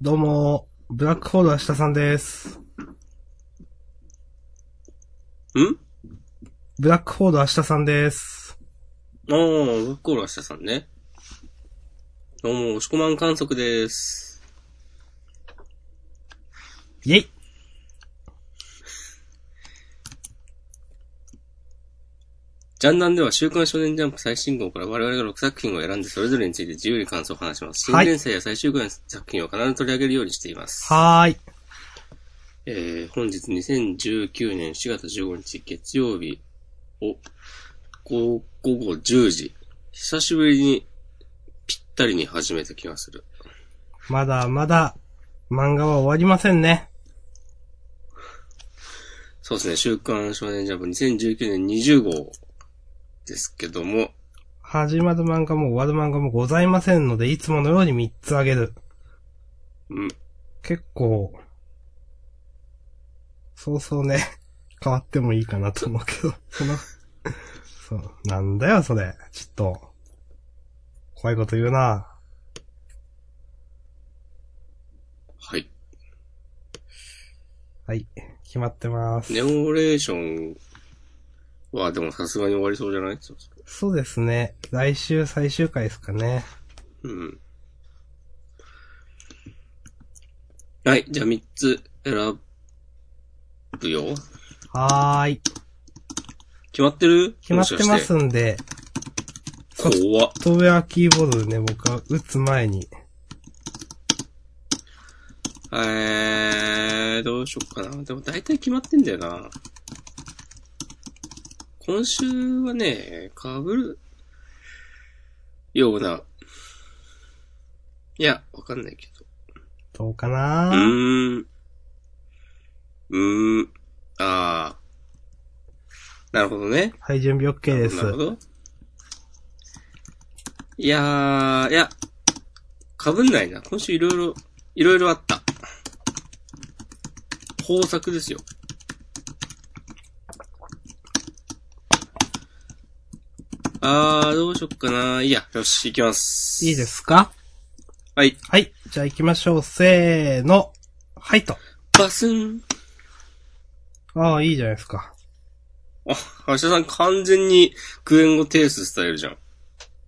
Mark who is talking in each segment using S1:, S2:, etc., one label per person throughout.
S1: どうも、ブラックホール明日さんです。
S2: ん
S1: ブラックホール明日さんです。
S2: ああ、ウッコール明日さんね。どうも、押しこまん観測です。
S1: イェイ
S2: ジャンダンでは週刊少年ジャンプ最新号から我々が6作品を選んでそれぞれについて自由に感想を話します。
S1: は
S2: 新
S1: い
S2: 連載や最終号の作品を必ず取り上げるようにしています。
S1: はーい。
S2: えー、本日2019年4月15日月曜日を午後10時。久しぶりにぴったりに始めた気がする。
S1: まだまだ漫画は終わりませんね。
S2: そうですね、週刊少年ジャンプ2019年20号ですけども、
S1: 始まる漫画も終わる漫画もございませんので、いつものように3つあげる。
S2: うん、
S1: 結構、そうそうね、 変わってもいいかなと思うけど、その、そう、なんだよそれ、ちょっと、怖いこと言うな
S2: はい。
S1: はい、決まってます。
S2: ネオレーションは、でもさすがに終わりそうじゃないそうそう
S1: そうですね、来週最終回ですかね。
S2: うん。はい、じゃあ3つ選ぶよ。
S1: はーい。
S2: 決まってる
S1: 決まってま。すんで、
S2: もしかして怖っ。
S1: ソフトウェアキーボードでね、僕は打つ前に。
S2: えー、どうしよっかな。でも大体決まってんだよな。今週はね、被るような。いや、わかんないけど。
S1: どうか
S2: う
S1: なー
S2: ーん。うーん。ああ。なるほどね。
S1: はい、準備 OK です
S2: な。るほど。いやー、いや、被んないな。今週いろいろ、いろいろあった。豊作ですよ。あー、どうしよっかな。いいや、よし、行きます。
S1: いいで。すか
S2: はい。
S1: はい、じゃあ行きましょう。せーの。はいと。
S2: バスン。
S1: ああ、いいじゃないですか。
S2: あ、橋田さん完全にクエン語テイストスタイルじゃん。
S1: い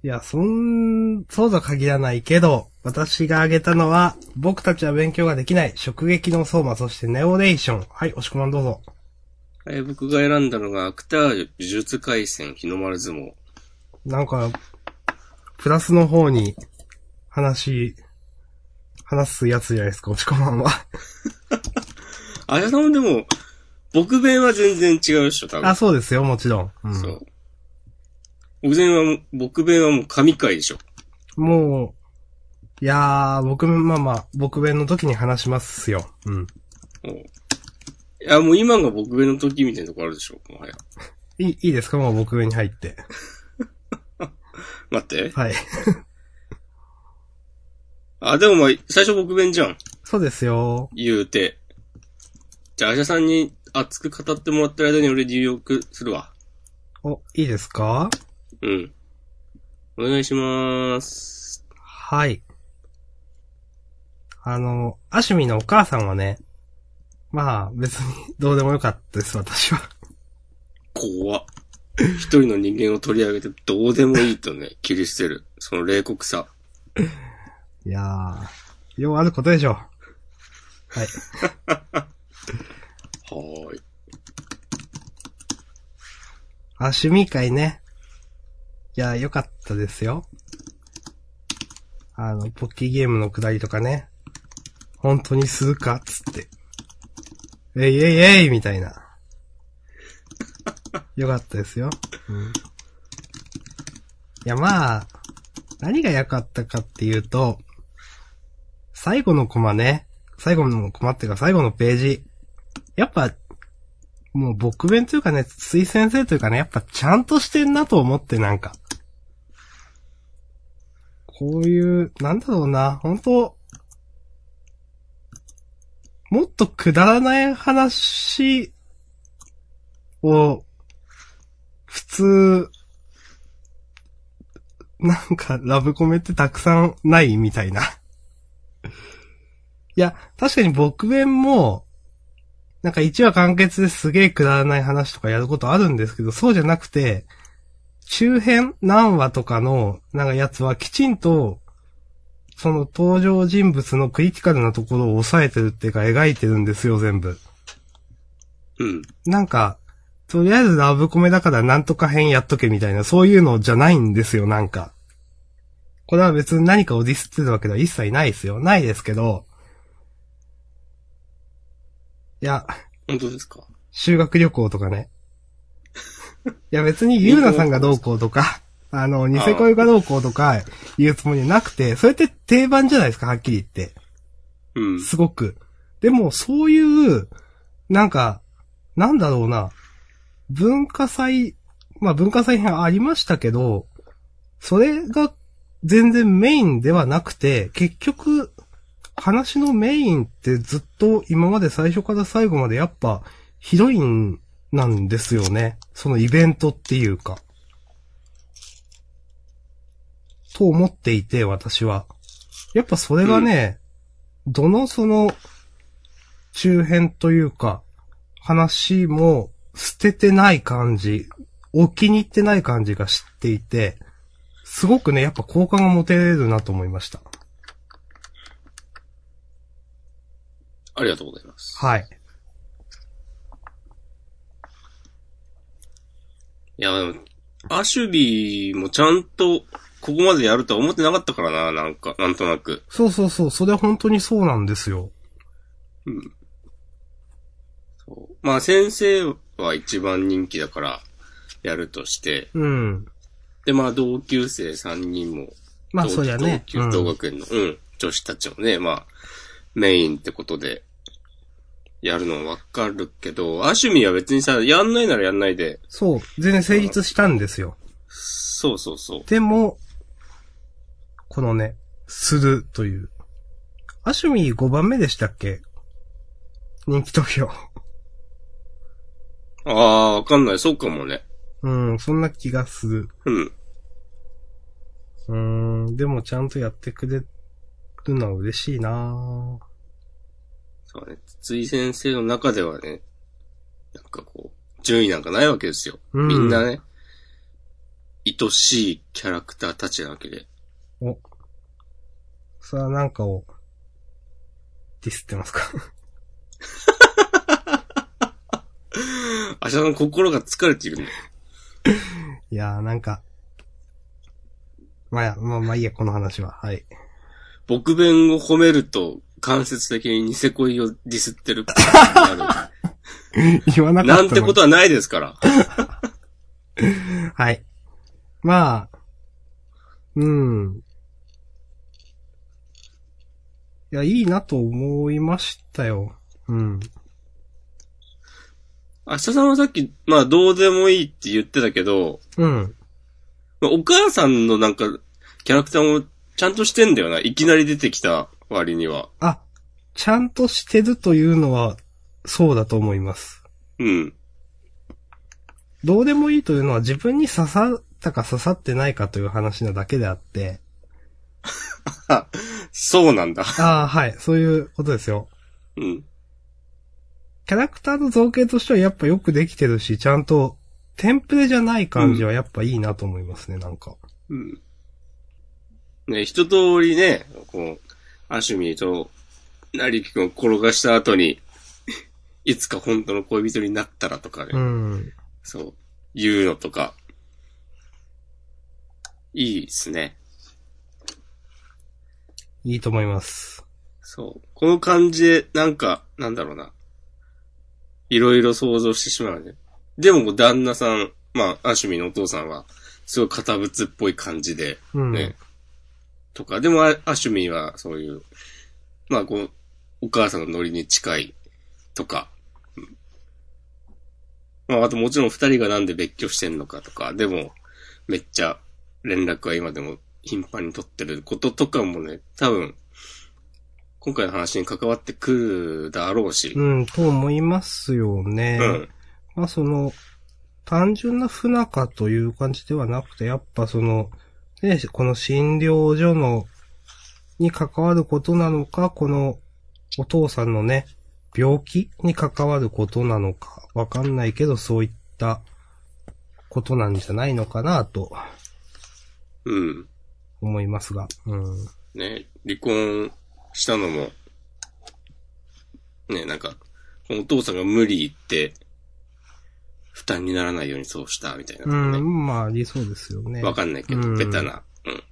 S1: や、そん、そうとは限らないけど、私が挙げたのは、僕たちは勉強ができない、食撃の相馬、そしてネオレーション。はい、押し込まんどうぞ。
S2: えー僕が選んだのが、アクター呪術回戦日の丸相撲。
S1: なんか、プラスの方に、話、話すやつじゃないですか、押し込まんは。
S2: あやさんもでも、僕弁は全然違うっしょ、多分。
S1: あ、そうですよ、もちろん。うん
S2: そう。僕弁はもう、僕弁はもう神回でしょ。
S1: もう、いやー、僕、まあまあ、僕弁の時に話しますよ。うん。
S2: もういや、もう今が僕弁の時みたいなとこあるでしょ、もはや。
S1: いい、いいですかもう僕弁に入って。
S2: 待って。
S1: はい。
S2: あ、でもまあ、最初僕弁じゃん。
S1: そうですよ。
S2: 言うて。じゃあ、あやさんに熱く語ってもらってる間に俺入浴するわ。
S1: お、いいですか
S2: うん。お願いしまーす。
S1: はい。あの、アシュミのお母さんはね、まあ、別に、 どうでもよかったです、私は。
S2: 怖っ。一人の人間を取り上げてどうでもいいと ね、切り捨てる。その冷酷さ。
S1: いやー、ようあることでしょう。はい。
S2: はーい。
S1: アシュミ会ね。いやー、よかったですよ。あの、ポッキーゲームのくだりとかね。本当にするかっつって。えいえいえいみたいな。よかったですよ。うん、いや、まあ、何が良かったかっていうと、最後のコマね。最後のコマっていうか最後のページ。やっぱ、もう僕弁というかね、水先生というかね、やっぱちゃんとしてんなと思ってなんか。こういう、なんだろうな、本当もっとくだらない話を、普通、なんかラブコメってたくさんないみたいな。いや、確かに僕弁も、なんか1話完結ですげえくだらない話とかやることあるんですけど、そうじゃなくて、周辺何話とかの、なんかやつはきちんと、その登場人物のクリティカルなところを抑えてるっていうか描いてるんですよ、全部。
S2: うん。
S1: なんか、とりあえずラブコメだからなんとか編やっとけみたいな、そういうのじゃないんですよ、なんか。これは別に何かをディスってるわけでは一切ないですよ。ないですけど。いや、
S2: 本当ですか
S1: 修学旅行とかね。いや別にゆうなさんがどうこうと か、あの、ニセ恋がどうこうとか言うつもりはなくて、それって定番じゃないですか、はっきり言って。
S2: うん。
S1: すごく。でも、そういう、なんか、なんだろうな、文化祭、まあ文化祭編ありましたけど、それが全然メインではなくて、結局、話のメインってずっと今まで最初から最後までやっぱヒロインなんですよね。そのイベントっていうか。と思っていて、私は。やっぱそれがね、どのその、周辺というか、話も捨ててない感じ、お気に入ってない感じが知っていて、すごくね、やっぱ好感が持てるなと思いました。
S2: ありがとうございます。
S1: はい。
S2: いや、でも、アシュビーもちゃんと、ここまでやるとは思ってなかったからな、なんか、なんとなく。
S1: そうそうそう、それは本当にそうなんですよ。
S2: うん。そう。まあ、先生は一番人気だから、やるとして、
S1: うん。
S2: で、まあ、同級生3人も、
S1: まあ
S2: 同
S1: そうやね。
S2: 同級同学園の、うん、女子たちもね、まあ、メインってことで、やるのはわかるけど、アシュミは別にさ、やんないならやんないで、
S1: そう、全然成立したんですよ。
S2: そうそうそう。
S1: でも、このね、するという。アシュミー5番目でしたっけ人気投票。
S2: ああ、わかんない。そうかもね。
S1: うん、そんな気がする。
S2: うん。
S1: うーん、でもちゃんとやってくれるのは嬉しいなぁ
S2: そうね。筒井先生の中ではね、なんかこう、順位なんかないわけですよ。
S1: うん
S2: みんなね、愛しいキャラクターたちなわけで。
S1: それはなんかを、ディスってますか
S2: あしゃの心が疲れているんだよ。
S1: いやーなんか、まあや、まあまあいいや、この話は。はい。
S2: 僕弁を褒めると、間接的にニセ恋をディスってる感じになる。
S1: 言わなかった
S2: な
S1: の
S2: ん
S1: に
S2: てことはないですから。
S1: はい。まあ、うん。いや、いいなと思いましたよ。うん。
S2: 明日さんはさっき、まあどうでもいいって言ってたけど、
S1: うん。
S2: まあ、お母さんのなんか、キャラクターもちゃんとしてんだよな。いきなり出てきた割には。
S1: あ、ちゃんとしてるというのは、そうだと思います。
S2: うん。
S1: どうでもいいというのは自分に刺さったか刺さってないかという話なだけであって、
S2: そうなんだ。
S1: ああ、はい、そういうことですよ。
S2: うん。
S1: キャラクターの造形としてはやっぱよくできてるし、ちゃんと、テンプレじゃない感じはやっぱいいなと思いますね、なんか。
S2: うん。ね、一通りね、こう、アシュミーと、ナリピ君を転がした後に、いつか本当の恋人になったらとかね、
S1: うん。
S2: そう、言うのとか、いいっすね。
S1: いいと思います。
S2: そう。この感じで、なんか、なんだろうな。いろいろ想像してしまうね。でも、旦那さん、まあ、アシュミのお父さんは、すごい堅物っぽい感じで、
S1: うん。
S2: ね。とか、でもア、アシュミは、そういう、まあ、こう、お母さんのノリに近い、とか。うんまあ、あともちろん二人がなんで別居してんのかとか、でも、めっちゃ連絡は今でも頻繁に取ってることとかもね、多分、今回の話に関わってくるだろうし。
S1: うん、と思いますよね。
S2: うん。
S1: まあその、単純な不仲という感じではなくて、やっぱその、ね、この診療所の、に関わることなのか、このお父さんのね、病気に関わることなのか、わかんないけど、そういったことなんじゃないのかなと
S2: うん。
S1: 思いますが。うん。
S2: ね、離婚したのも、ね、なんか、このお父さんが無理言って、負担にならないようにそうした、みたいな
S1: う
S2: のね。
S1: ん、まあ、ありそうですよね。
S2: わかんないけど
S1: う、ん
S2: ベタな。うん。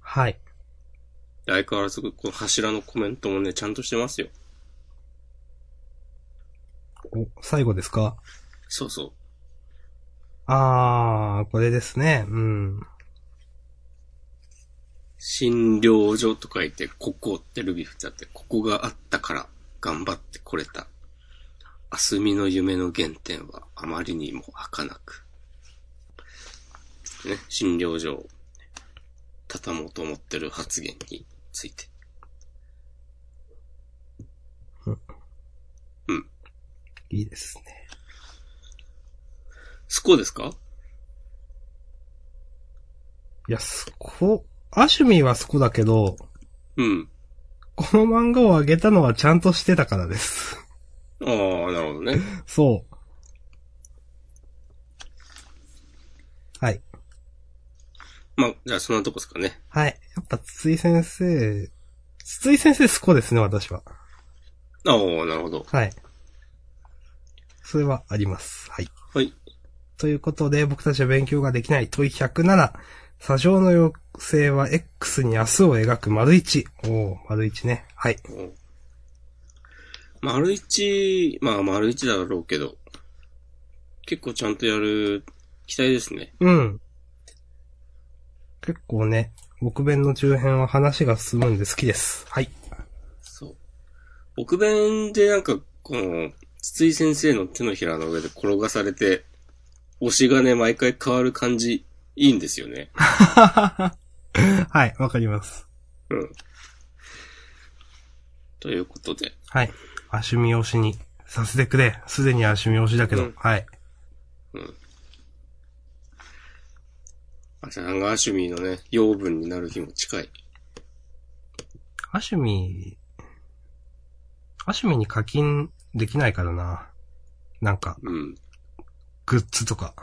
S1: はい。
S2: 相変わらず、この柱のコメントもね、ちゃんとしてますよ。
S1: お、最後ですか
S2: そうそう。
S1: あー、これですね。うん。
S2: 診療所と書いて、ここってルビー振っちゃって、ここがあったから頑張ってこれた。あすみの夢の原点はあまりにも儚く。ね、診療所を畳もうと思ってる発言について。
S1: いいですね。
S2: そこですか
S1: いや、スコ、アシュミはスコだけど、
S2: うん。
S1: この漫画をあげたのはちゃんとしてたからです。
S2: ああ、なるほどね。
S1: そう。はい。
S2: まあ、じゃあそんなとこですかね。
S1: はい。やっぱ筒井先生、筒井先生スコですね、私は。
S2: ああ、なるほど。
S1: はい。それはあります。はい。
S2: はい。
S1: ということで、僕たちは勉強ができない問い107。砂上の妖精は X に明日を描く丸1。おー、丸1ね。はい。
S2: うん丸一、まあ丸一だろうけど、結構ちゃんとやる期待ですね。
S1: うん。結構ね、僕弁の中編は話が進むんで好きです。はい。
S2: そう。奥弁でなんか、この、筒井先生の手のひらの上で転がされて、推しがね、毎回変わる感じ、いいんですよね。
S1: はい、わかります。
S2: うん。ということで、
S1: はい。足見押しにさせてくれ。すでに足見押しだけど。
S2: うん
S1: はい。
S2: うん。あちゃんがアシュミーのね、養分になる日も近い。
S1: アシュミ、アシュミに課金できないからな。なんか、
S2: うん。
S1: グッズとか。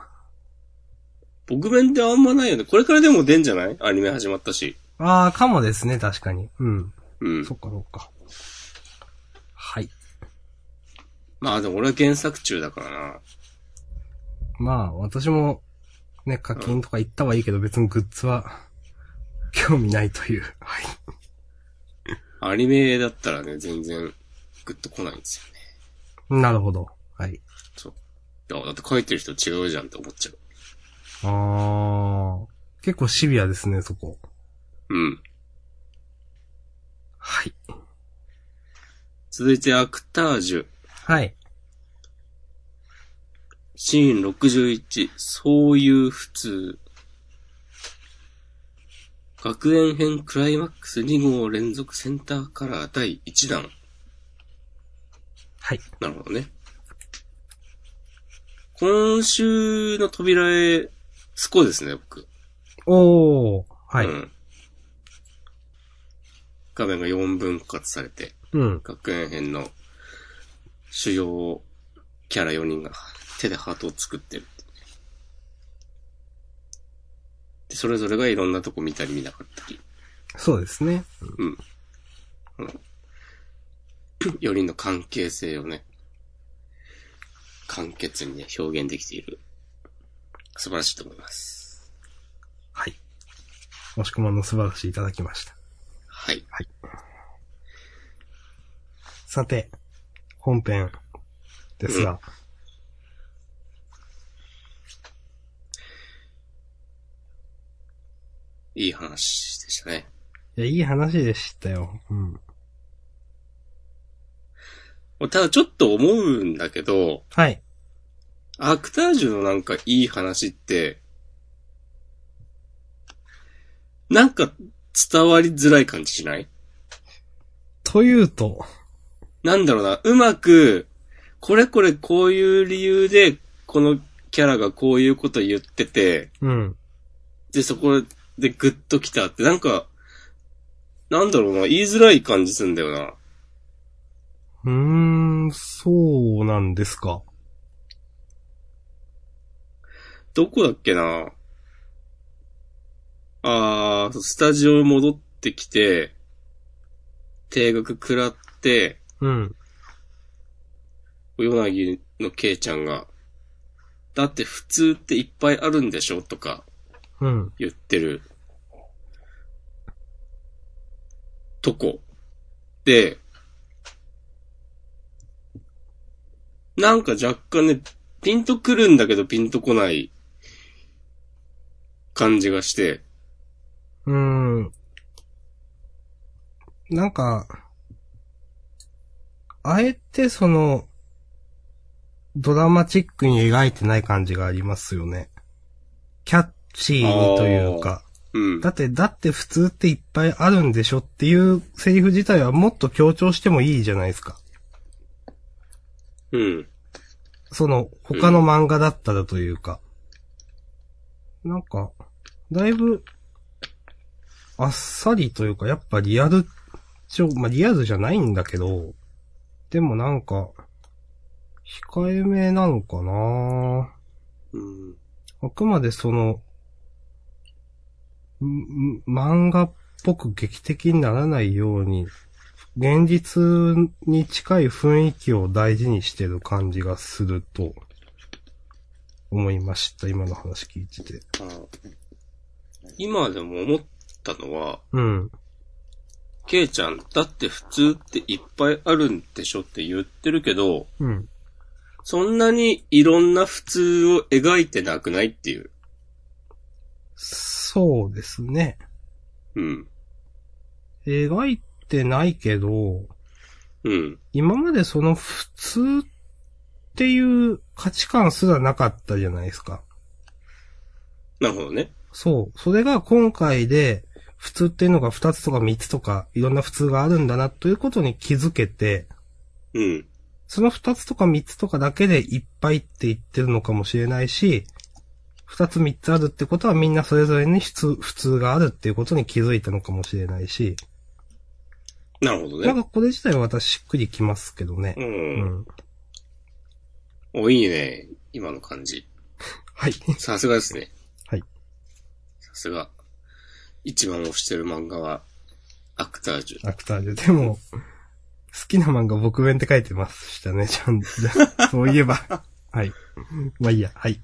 S2: 僕弁ってあんまないよね。これからでも出んじゃないアニメ始まったし。
S1: ああ、かもですね、確かに。うん。
S2: うん
S1: そ。っか、そっか。はい。
S2: まあでも俺は原作中だからな。
S1: まあ、私も、ね、課金とか行ったはいいけど、別にグッズは、 興味ないという。はい。
S2: アニメだったらね、全然、グッと来ないんですよね。
S1: なるほど。はい。
S2: そう。いや、だって書いてる人違うじゃんって思っちゃう。
S1: ああ、結構シビアですね、そこ。
S2: うん。
S1: はい。
S2: 続いて、アクタージュ。
S1: はい。
S2: シーン61。そういう普通。学園編クライマックス2号連続センターカラー第1弾。
S1: はい。
S2: なるほどね。今週の扉へ、スコですね、僕。
S1: おー。はい。
S2: う。ん画面が4分割されて、
S1: うん。
S2: 学園編の主要キャラ4人が手でハートを作ってる。で、それぞれがいろんなとこ見たり見なかったり、
S1: そうですね。
S2: 4人の関係性をね、簡潔にね、表現できている。素晴らしいと思います。
S1: はい。もしくもの素晴らしいいただきました。
S2: はい。
S1: さて、本編ですが、
S2: いい話でしたね。
S1: いや、いい話でしたよ。うん。
S2: ただちょっと思うんだけど、
S1: はい。
S2: アクタージュのなんかいい話って、なんか伝わりづらい感じしない
S1: というと、
S2: なんだろうな、うまく、これこれこういう理由で、このキャラがこういうこと言ってて、
S1: うん。
S2: で、そこでグッと来たって、なんか、なんだろうな、言いづらい感じすんだよな。
S1: うーん、そうなんですか。
S2: どこだっけなあー、スタジオに戻ってきて、定額食らって、
S1: うん。
S2: ヨナギのケイちゃんが、だって普通っていっぱいあるんでしょとか
S1: うん。
S2: 言ってる。とこ。で、なんか若干ね、ピンとくるんだけどピンとこない感じがして、
S1: うーん。なんか、あえてその、ドラマチックに描いてない感じがありますよね。キャッチーにというか。
S2: うん。
S1: だって、だって普通っていっぱいあるんでしょっていうセリフ自体はもっと強調してもいいじゃないですか。
S2: うん。
S1: その、他の漫画だったらというか。なんか、だいぶ、あっさりというか、やっぱリアル、ちょ、まあ、リアルじゃないんだけど、でもなんか、控えめなのかな
S2: うん。
S1: あくまでその、んん漫画っぽく劇的にならないように、現実に近い雰囲気を大事にしてる感じがすると、思いました。今の話聞いてて。
S2: あー今でも思ったのは、
S1: うん。
S2: ケイちゃん、だって普通っていっぱいあるんでしょって言ってるけど、
S1: うん。
S2: そんなにいろんな普通を描いてなくないっていう。
S1: そうですね。
S2: うん。
S1: 描いてないけど、
S2: うん。
S1: 今までその普通っていう価値観すらなかったじゃないですか。
S2: なるほどね。
S1: そう。それが今回で、普通っていうのが2つとか3つとか、いろんな普通があるんだな、ということに気づけて、
S2: うん。
S1: その2つとか3つとかだけでいっぱいって言ってるのかもしれないし、2つ3つあるってことはみんなそれぞれに普通、普通があるっていうことに気づいたのかもしれないし、
S2: なるほど
S1: なんか
S2: ね。
S1: これ自体は私しっくりきますけどね
S2: う。。
S1: うんん。
S2: お、いいね。今の感じ。
S1: はい。
S2: さすがですね。
S1: はい。
S2: さすが。一番推してる漫画は、アクタージュ。
S1: アクターで。でも、好きな漫画僕弁って書いてましたね。ちゃん、じゃそういえば。 はい。まあいいや。はい。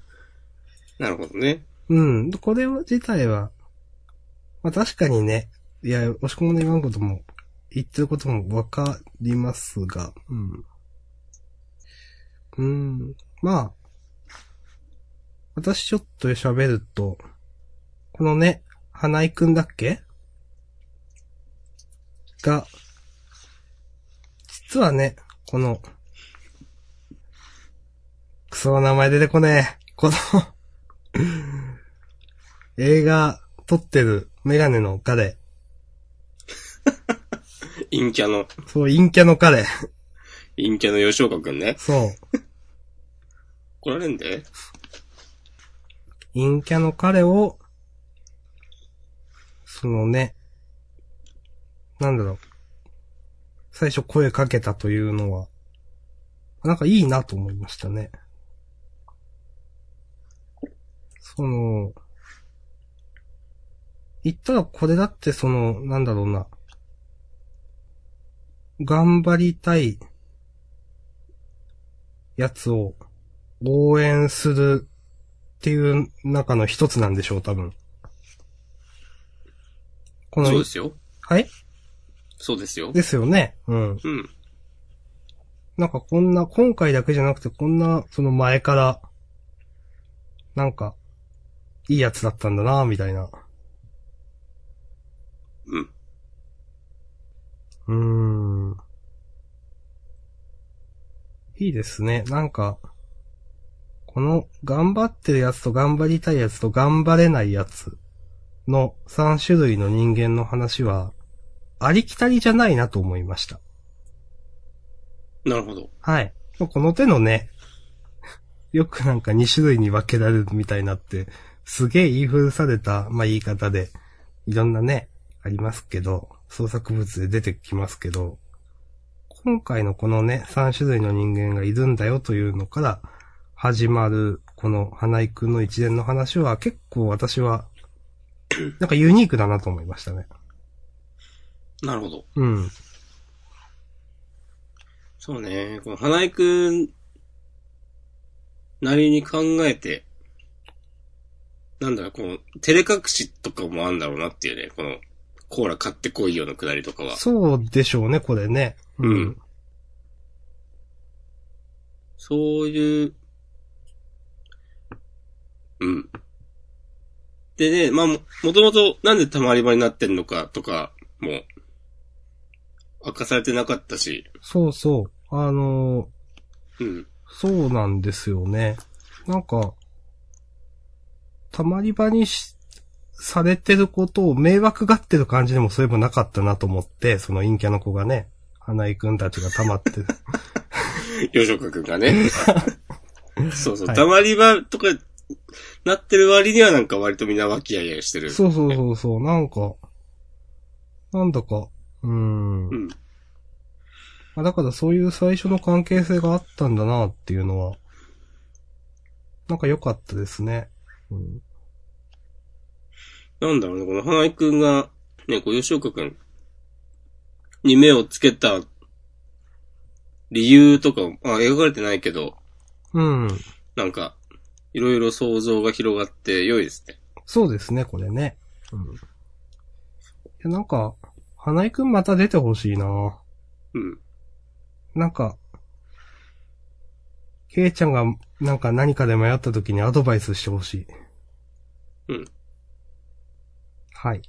S2: なるほどね。
S1: うん。これ自体は、まあ確かにね、いや、押し込んで言わんことも、言ってることもわかりますが、うん。うん。まあ、私ちょっと喋ると、このね、花井くんだっけが、実はね、この、クソ名前出てこねえ。この、映画撮ってるメガネの彼。
S2: 陰キャの、
S1: そう、陰キャの彼。
S2: 陰キャの吉岡くんね。
S1: そう。
S2: 来られんで
S1: 陰キャの彼を、そのね、なんだろう。最初声かけたというのは、なんかいいなと思いましたね。その、言ったらこれだってその、なんだろうな。頑張りたい、やつを応援するっていう中の一つなんでしょう、多分。この、
S2: そうですよ。
S1: はい
S2: そうですよ。
S1: ですよね。うん。
S2: うん。
S1: なんかこんな、今回だけじゃなくて、こんな、その前から、なんか、いいやつだったんだな、みたいな。
S2: うん。
S1: うーん。いいですね。なんか、この、頑張ってるやつと頑張りたいやつと頑張れないやつの3種類の人間の話は、ありきたりじゃないなと思いました。
S2: なるほど。
S1: はい。この手のね、 よくなんか2種類に分けられるみたいになって、すげえ言い古された、まあ言い方で、いろんなね、ありますけど、創作物で出てきますけど、今回のこのね、3種類の人間がいるんだよというのから始まる、この花井くんの一連の話は結構私は、なんかユニークだなと思いましたね。
S2: なるほど。
S1: うん。
S2: そうね。この花井くんなりに考えて、なんだろう、この、照れ隠しとかもあんだろうなっていうね、この、コーラ買ってこいよのくだりとかは。
S1: そうでしょうね、これね。
S2: うん。そういう、うん。でね、まあも、もともとなんで溜まり場になってんのかとかも、明かされてなかったし、
S1: そうそう。あのー
S2: うん。
S1: そうなんですよね。なんか、たまり場にし、されてることを迷惑がってる感じでもそういえばなかったなと思って、その陰キャの子がね、花井くんたちが溜まってる。
S2: 吉岡くん がね。そうそう、
S1: はい
S2: 溜まり場とか、なってる割にはなんか割とみんなわきあいあいしてる。
S1: そうそうそうそう、なんか、なんだか、うーん。
S2: うん。
S1: まあだからそういう最初の関係性があったんだなっていうのは、なんか良かったですね。うん。
S2: なんだろうね、この花井くんが、ね、こう、吉岡くんに目をつけた理由とか、まあ、描かれてないけど、
S1: うん。
S2: なんか、いろいろ想像が広がって良いですね。
S1: そうですね、これね。うん。いや、なんか、花井くんまた出てほしいな
S2: うん。
S1: なんか、ケイちゃんが、なんか何かで迷った時にアドバイスしてほしい。
S2: うん。
S1: はい。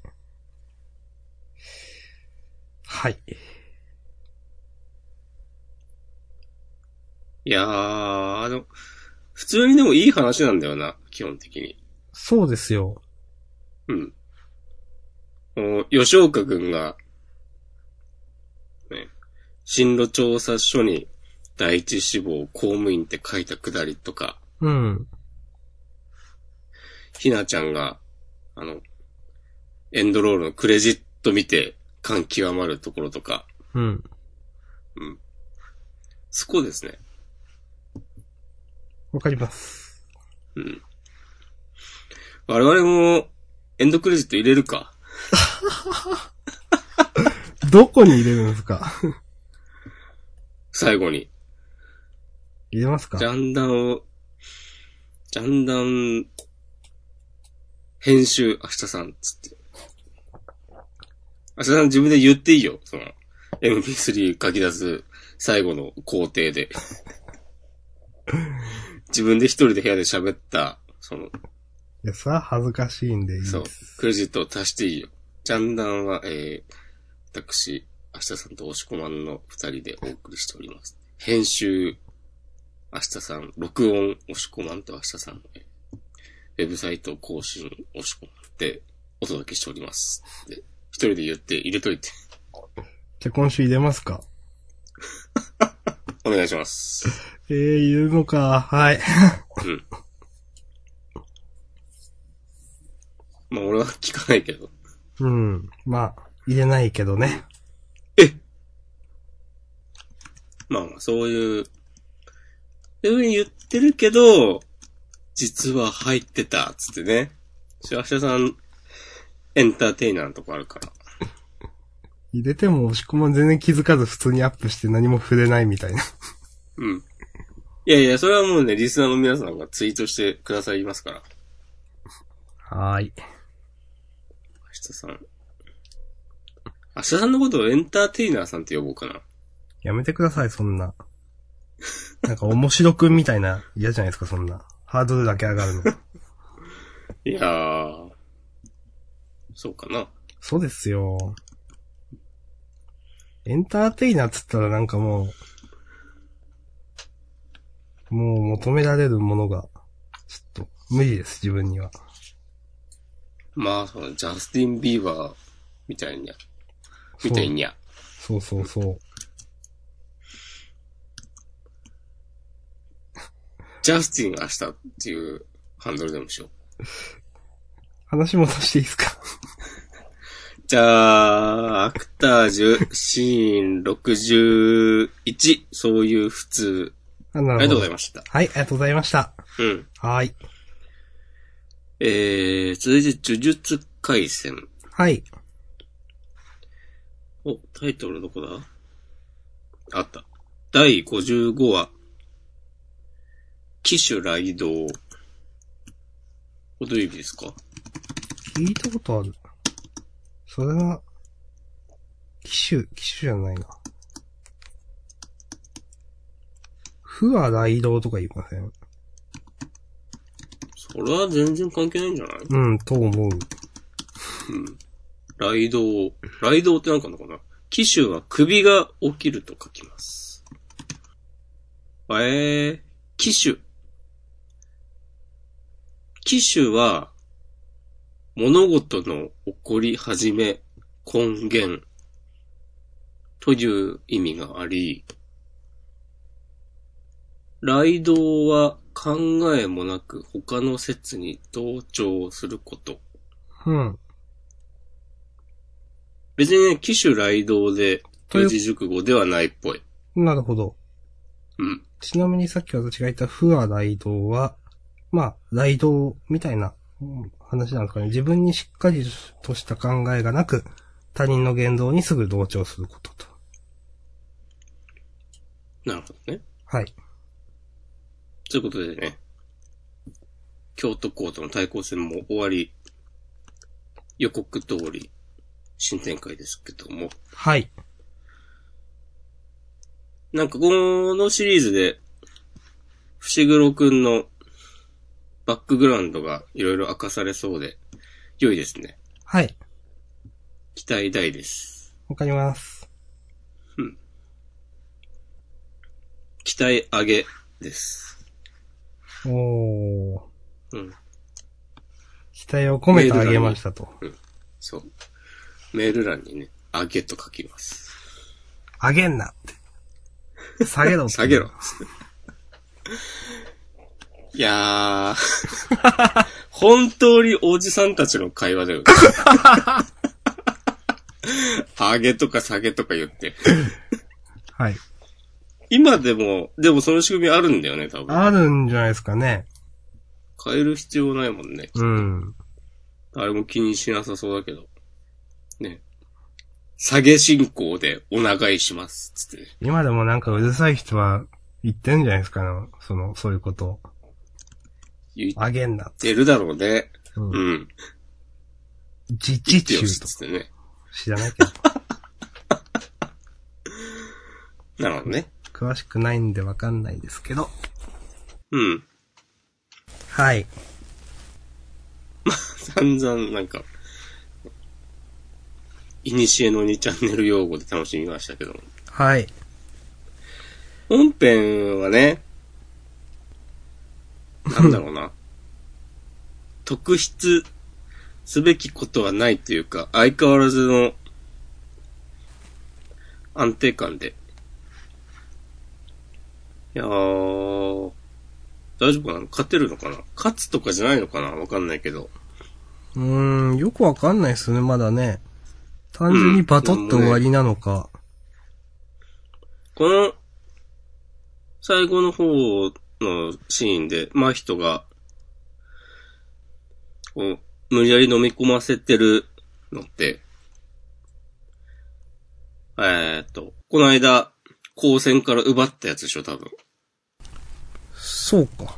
S1: はい。
S2: いやー、あの、普通にでもいい話なんだよな、基本的に。
S1: そうですよ。
S2: うん。この吉岡くんが、ね、進路調査書に第一志望公務員って書いたくだりとか、
S1: うん。
S2: ひなちゃんが、あの、エンドロールのクレジット見て感極まるところとか、
S1: うん。
S2: そこですね。
S1: わかります。
S2: うん。我々もエンドクレジット入れるか。
S1: どこに入れるんですか
S2: 最後に。
S1: 入れますか
S2: ジャンダンを、ジャンダン、編集、明日さん、つって。明日さん自分で言っていいよ。その、MP3 書き出す最後の工 程で。自分で一人で部屋で喋った、その、
S1: いや、さ、恥ずかしいんでいいです。
S2: そう、クレジットを足していいよ。ジャンダンは、えー、私、明日さんと押し込まんの二人でお送りしております。編集、明日さん、録音、押し込まんと明日さん、えーウェブサイト更新、押し込まんでお届けしております。で、一人で言って入れといて、
S1: じゃあ今週入れますか
S2: お願いします。
S1: ええー、いるのか。はい。
S2: うん。まあ俺は聞かないけど。
S1: うん。まあ、入れないけどね。
S2: まあまあ、そういう、そういうふうに言ってるけど、実は入ってた、つってね。しわしゃさん、エンターテイナーのとこあるから。
S1: 入れても押し込まん全然気づかず普通にアップして何も触れないみたいな。
S2: うん。いやいや、それはもうね、リスナーの皆さんがツイートしてくださいますから。
S1: はーい。
S2: 明日さん。明日さんのことをエンターテイナーさんって呼ぼうかな。
S1: やめてください、そんな。なんか面白くんみたいな嫌じゃないですか、そんな。ハードルだけ上がるの。
S2: いやー。そうかな。
S1: そうですよ。エンターテイナーっつったらなんかもう、もう求められるものが、ちょっと無理です、自分には。
S2: まあ、その、ジャスティン・ビーバーみたいにゃ。みたいにゃ。
S1: そうそうそう。
S2: ジャスティン明日っていうハンドルでもしよう。
S1: 話戻していいですか
S2: じゃあ、アクタージュ、シーン61、そういう普通。
S1: あ、な
S2: ありがとうござい
S1: ま
S2: ました。
S1: す。はい、ありがとうございました。
S2: うん。
S1: はい。
S2: えー、続いて、呪術回戦。
S1: はい。
S2: お、タイトルどこだあった。第55話。騎手雷道。これどういう意味ですか
S1: 聞いたことある。それは、機種、機種じゃないな。不は雷道とか言いません
S2: それは全然関係ないんじゃない
S1: うん、と思う。
S2: 雷道。雷道ってなんかあんのかな騎手は首が起きると書きます。えー、騎手。騎手は、物事の起こり始め、根源、という意味があり、雷道は考えもなく他の説に同調すること。
S1: うん。
S2: 別にね、機種雷道で、
S1: という
S2: 四字熟語ではないっぽい。
S1: なるほど。
S2: うん。
S1: ちなみにさっき私が言った不は雷道は、まあ、雷道みたいなうん話なんですかね。自分にしっかりとした考えがなく、他人の言動にすぐ同調することと。
S2: なるほどね。
S1: はい。
S2: ということでね、京都校との対抗戦も終わり、予告通り、新展開ですけども。
S1: はい。
S2: なんかこのシリーズで、伏黒くんのバックグラウンドがいろいろ明かされそうで、良いですね。
S1: はい。
S2: 期待大です。
S1: わかります。
S2: 期待上げです。
S1: おー。
S2: うん。
S1: 期待を込めてあげましたと。
S2: そう。メール欄にね、上げと書きます。
S1: あげんなって。下げろ。
S2: 下げろ。。いやー。 本当におじさんたちの会話だよね。上げとか下げとか言って。
S1: はい。
S2: 今でも、でもその仕組みあるんだよね、多分。
S1: あるんじゃないですかね。
S2: 変える必要ないもんね。
S1: うん。
S2: 誰も気にしなさそうだけど。ね。下げ進行でお願いします。つってね。
S1: 今でもなんかうるさい人は言ってんじゃないですかね。その、そういうことを。
S2: 言っ
S1: あげんなって。
S2: てるだろうね。
S1: うん
S2: うん。
S1: 自
S2: 言
S1: 治
S2: ってよし、
S1: 中と
S2: つってね。
S1: 知らないけど、
S2: なるほどね。
S1: 詳しくないんでわかんないですけど。
S2: うん。
S1: はい。
S2: 散々なんか、いにしえの2チャンネル用語で楽しみましたけども。
S1: はい。
S2: 本編はね、なんだろうな。特筆すべきことはないというか、相変わらずの安定感で。いやー、大丈夫かな勝てるのかな勝つとかじゃないのかなわかんないけど。
S1: うーん、よくわかんないですね、まだね。単純にバトッと終わりなのか。
S2: この、最後の方のシーンで、真人が、こう、無理やり飲み込ませてるのって、えーっと、この間、光線から奪ったやつでしょ、多分。
S1: そうか。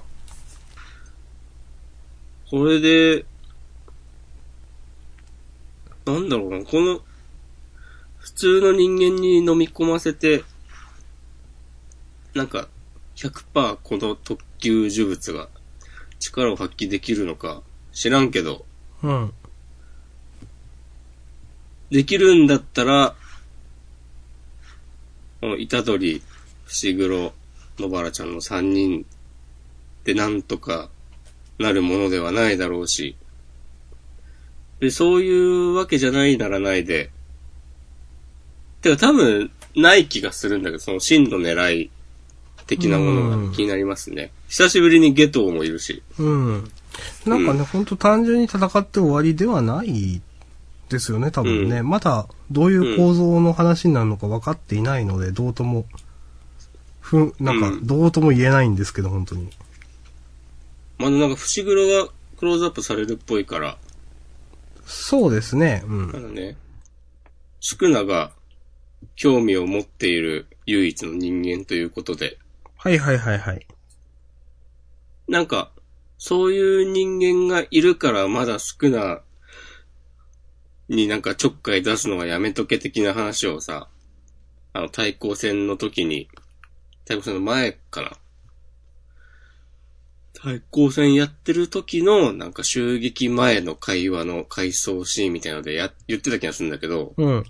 S2: これで、なんだろうな、この、普通の人間に飲み込ませて、なんか、100%この特級呪物が力を発揮できるのか知らんけど、
S1: うん。
S2: できるんだったら、この虎取、伏黒、野原ちゃんの3人でなんとかなるものではないだろうし、で、そういうわけじゃないならないで、てか多分ない気がするんだけど、その真の狙い的なものが気になりますね。久しぶりにゲトウもいるし。
S1: うん。なんかね、ほんと単純に戦って終わりではないですよね、多分ね。
S2: う
S1: まだ、どういう構造の話になるのか分かっていないので、どうとも、ふん、なんか
S2: う、ん
S1: どうとも言えないんですけど、本当に。
S2: まだなんか、伏黒がクローズアップされるっぽいから、
S1: そうですね、う
S2: あ
S1: ん。
S2: のね、宿儺が興味を持っている唯一の人間ということで、
S1: はいはいはいはい。
S2: なんか、そういう人間がいるからまだ宿儺になんかちょっかい出すのはやめとけ的な話をさ、あの、対抗戦の時に、対抗戦の前かな。対抗戦やってる時の、なんか襲撃前の会話の回想シーンみたいなのでや、言ってた気がするんだけど、
S1: うん。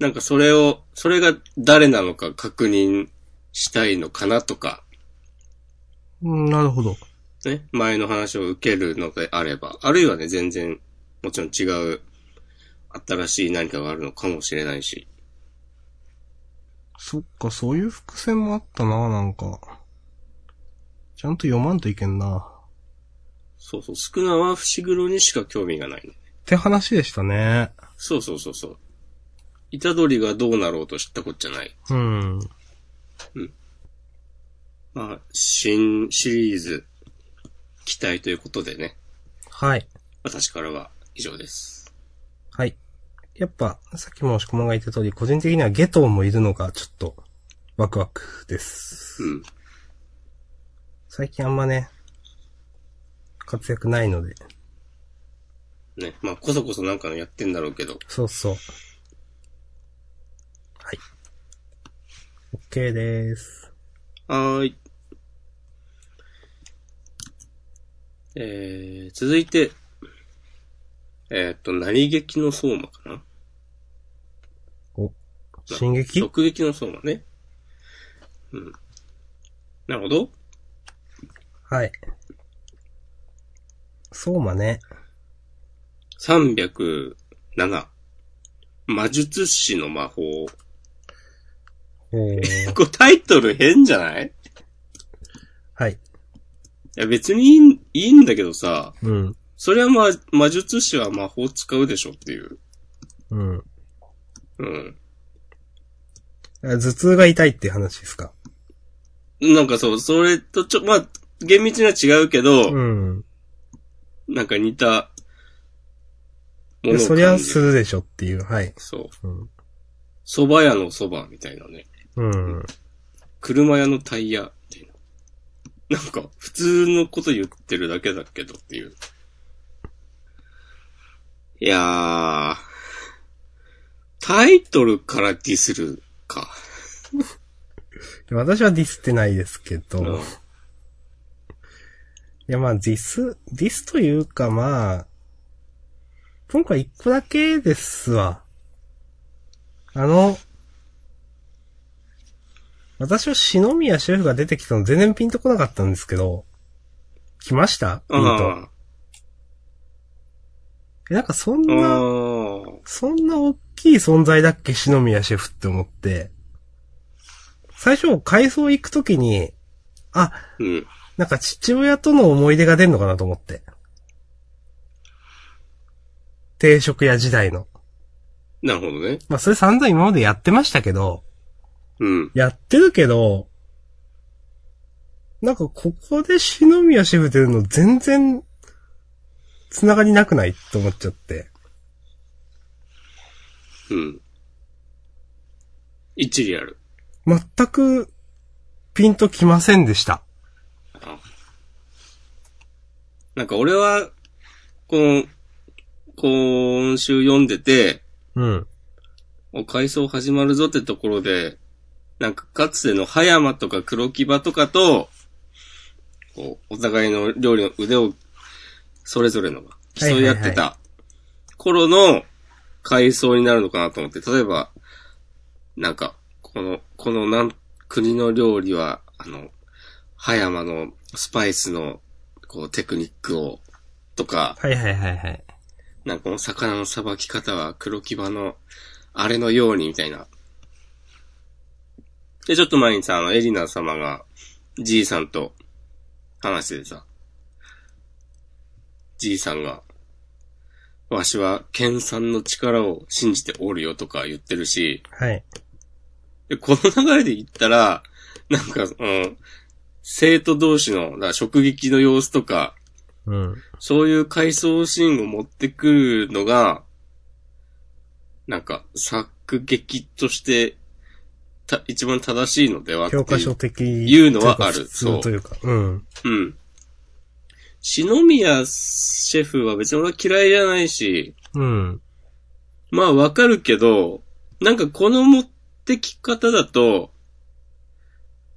S2: なんかそれを、それが誰なのか確認したいのかなとか、
S1: うんなるほど。
S2: ね、前の話を受けるのであれば、あるいはね、全然、もちろん違う、新しい何かがあるのかもしれないし。
S1: そっか、そういう伏線もあったな、なんか。ちゃんと読まんといけんな。
S2: そうそう、少なは伏黒にしか興味がない、ね。
S1: って話でしたね。
S2: そうそうそうそう。虎取がどうなろうと知ったこっちゃない。
S1: うん。
S2: まあ、新シリーズ、期待ということでね、
S1: はい。
S2: 私からは以上です。
S1: はい。やっぱ、さっきも押し込まんが言った通り、個人的にはゲトウもいるのがちょっと、ワクワクです。
S2: うん。
S1: 最近あんまね、活躍ないので。
S2: ね、まあ、こそこそなんかやってんだろうけど、
S1: そうそう。はい。OK です。
S2: はーい。えー、続いて、えーっと、何劇の相馬かな
S1: お、進撃
S2: 直撃の相馬ね。うん。なるほど。
S1: はい。そうまね。
S2: 307。魔術師の魔法。
S1: おー
S2: これタイトル変じゃないい
S1: はい。
S2: や別にいいんいいんだけどさ、
S1: うん。
S2: それはま、魔術師は魔法使うでしょっていう。
S1: うん。
S2: うん。
S1: 頭痛が痛いっていう話ですか。
S2: なんかそう、それとちょ、まあ、厳密には違うけど、
S1: うん。
S2: なんか似た
S1: で
S2: ものを感じる
S1: そりゃするでしょっていう。はい。
S2: そう。
S1: うん。
S2: 蕎麦屋の蕎麦みたいなね。
S1: うん。
S2: 車屋のタイヤみたいな。なんか、普通のこと言ってるだけだけどっていう。いやー、タイトルからディスるか。
S1: 私はディスってないですけど。
S2: うん
S1: いや、まあ、ディス、ディスというか、まあ、今回一個だけですわ。あの、私は篠宮シェフが出てきたの全然ピンとこなかったんですけど、来ましたピンと。
S2: あ
S1: えなんかそん
S2: ー
S1: な、
S2: あー。
S1: そんな大きい存在だっけ篠宮シェフって思って。最初、改装行くときに、あ、
S2: うん。
S1: なんか父親との思い出が出んのかなと思って。定食屋時代の。
S2: なるほどね。
S1: まあ、それ散々今までやってましたけど、
S2: うん。
S1: やってるけど、なんかここで篠宮シェフ出るの全然、つながりなくないと思っちゃって。
S2: うん。一理ある。
S1: 全く、ピンときませんでした。
S2: なんか俺は、この、今週読んでて、
S1: うん。
S2: お、回想始まるぞってところで、なんかかつての葉山とか黒木場とかと、こう、お互いの料理の腕を、それぞれのが競い合ってた頃の回想になるのかなと思って、例えば、なんか、この、このなん、国の料理は、あの、葉山のスパイスの、こう、テクニックを、とか、
S1: はいはいはいはい。
S2: なんかこの魚のさばき方は黒木場のあれのようにみたいな。で、ちょっと前にさ、あの、エリナ様が、じいさんと話しててさ、じいさんが、わしは、ケンさんの力を信じておるよとか言ってるし、
S1: はい。
S2: で、この流れで言ったら、なんか、うん、生徒同士の、だから直撃の様子とか、
S1: うん。
S2: そういう回想シーンを持ってくるのが、なんか、作劇として、た、一番正しいのではってい
S1: 教
S2: う
S1: 科書的。
S2: いうのはある
S1: 普通というか。うん。
S2: うん。篠宮シェフは別に俺は嫌いじゃないし、
S1: うん。
S2: まあわかるけど、なんかこの持ってき方だと、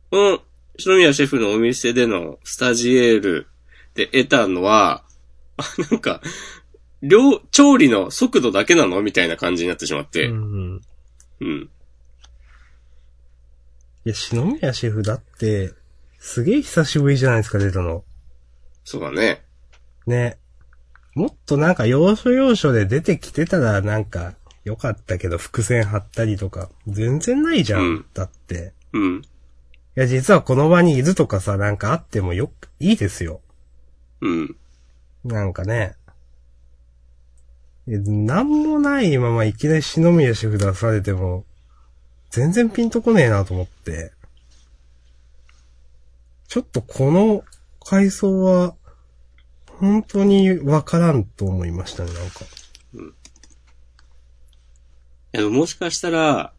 S2: この篠宮シェフのお店でのスタジエールで得たのは、 あなんか、料、調理の速度だけなのみたいな感じになってしまっ
S1: う
S2: て。
S1: ん。
S2: うん。
S1: いや、篠宮シェフだって、すげえ久しぶりじゃないですか、出たの。
S2: そうだね。
S1: ね。もっとなんか要所要所で出てきてたらなんか良かったけど、伏線張ったりとか、全然ないじゃん。
S2: うん
S1: だって。
S2: うん。
S1: いや、実はこの場にいるとかさ、なんかあってもよく、いいですよ。
S2: うん。
S1: なんかね。えなんもないままいきなり篠宮シェフ出されても、全然ピンとこねえなと思って。ちょっとこの回想は、本当にわからんと思いましたね、なんか。
S2: いやでももしかしたら、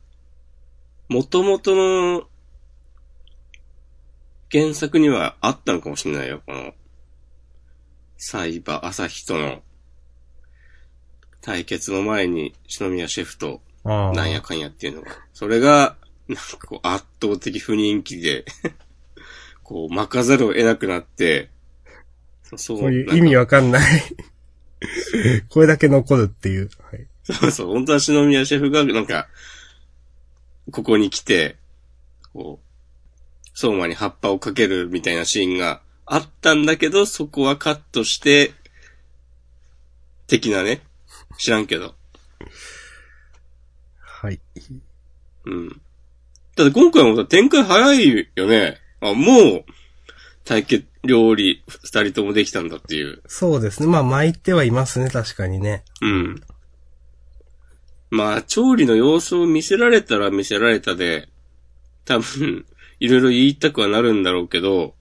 S2: 元々の原作にはあったのかもしれないよ、この、サイバー、朝日との対決の前に、篠宮シェフと、
S1: ああ。
S2: なんやかんやっていうのが。それが、なんかこう、圧倒的不人気で、 こう、巻かざるを得なくなって、そ
S1: こういう意味
S2: は。
S1: わかん ない。これだけ残るっていう。はい。
S2: そうそう、本当は篠宮シェフが、なんか、ここに来て、こう、相馬に葉っぱをかけるみたいなシーンがあったんだけど、そこはカットして、的なね。知らんけど。
S1: はい。
S2: うん。ただ今回もさ展開早いよね。あ、もう、対決、料理、二人ともできたんだっていう。
S1: そうですね。まあ巻いてはいますね、確かにね。
S2: うん。まあ、調理の様子を見せられたら見せられたで、多分、 いろいろ言いたくはなるんだろうけど、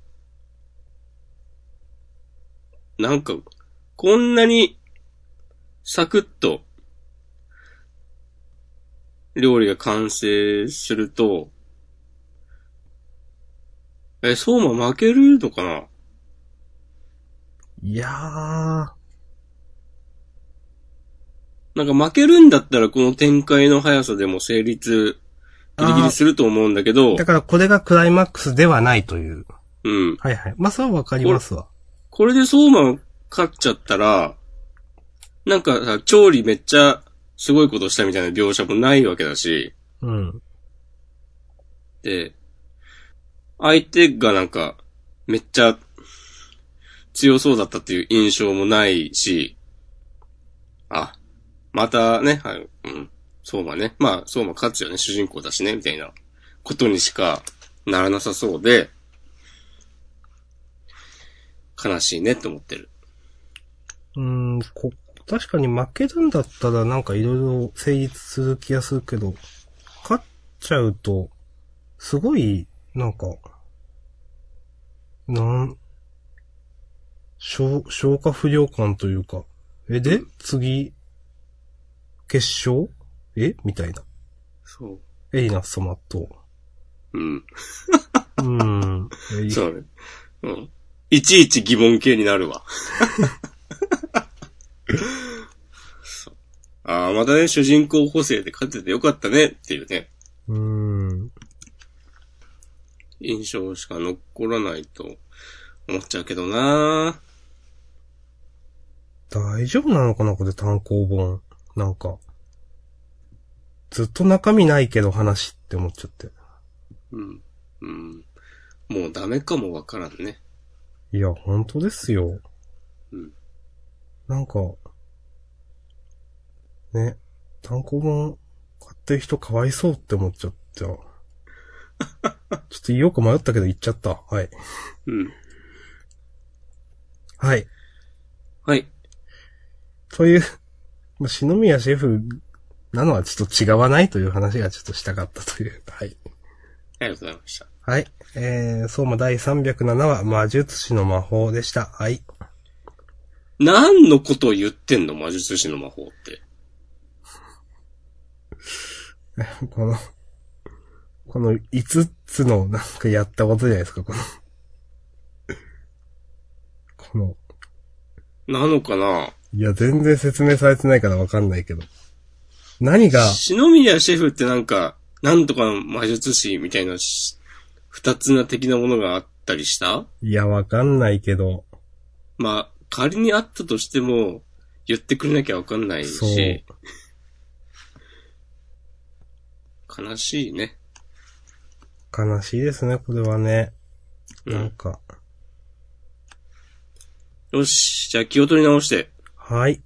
S2: なんか、こんなに、サクッと、料理が完成すると、え、相馬負けるのかない
S1: やー。
S2: なんか負けるんだったらこの展開の速さでも成立、ギリギリすると思うんだけど
S1: だ、からこれがクライマックスではないという。
S2: うん。
S1: はいはい。まあ、それはわかりますわ。
S2: これで相馬を勝っちゃったら、なんかさ、調理めっちゃすごいことしたみたいな描写もないわけだし、
S1: うん。
S2: で、相手がなんか、めっちゃ強そうだったっていう印象もないし、あ、またね、はい、うん、相馬ね。まあ、相馬勝つよね、主人公だしね、みたいなことにしかならなさそうで、悲しいねって思ってる。
S1: うん、こ、確かに負けるんだったらなんかいろいろ成立する気がするけど、勝っちゃうと、すごい、なんか、なん、消、消化不良感というか、え、で、次、決勝えみたいな。
S2: そ
S1: エリナ様と。
S2: う。うん。
S1: うん。え
S2: そうね。うん。いちいち疑問系にな るわ。そうああ、またね、主人公補正で勝ててよかったねっていうね、
S1: うん。
S2: 印象しか残らないと思っちゃうけどな
S1: 大丈夫なのかなこれ単行本。なんか。ずっと中身ないけど話って思っちゃって。
S2: うん。うん。もうダメかもわからんね。
S1: いや、本当ですよ。
S2: うん
S1: なんか、ね、単行本買ってる人かわいそうって思っちゃ った。ちょっと言おうか迷ったけど言っちゃった。はい。
S2: うん。
S1: はい。
S2: はい。
S1: というまあ、篠宮シェフなのはちょっと違わないという話がちょっとしたかったという。はい。
S2: ありがとうございました。
S1: はい。えー、相馬第307話、魔術師の魔法でした。はい。
S2: 何のことを言ってんの魔術師の魔法って。
S1: この、この5つのなんかやったことじゃないですか、この。この、
S2: なのかない
S1: や、全然説明されてないからわかんないけど。何が、
S2: 篠宮シェフってなんか、なんとかの魔術師みたいなし、二つな的なものがあったりした
S1: いや、わかんないけど、
S2: まあ、仮にあったとしても、言ってくれなきゃわかんないし。悲しいね。
S1: 悲しいですね、これはね。
S2: うん
S1: なんか、
S2: よし、じゃあ気を取り直して、
S1: はい、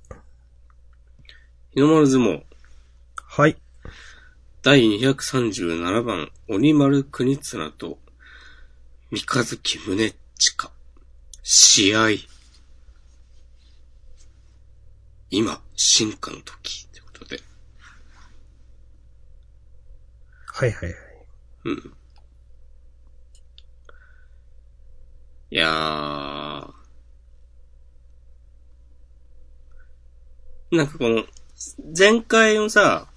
S2: 日の丸相撲、
S1: はい、
S2: 第237番、鬼丸国綱と、三日月宗近。試合。今、進化の時。ということで。
S1: はいはいはい。
S2: うん。いやー。なんかこの、前回のさ、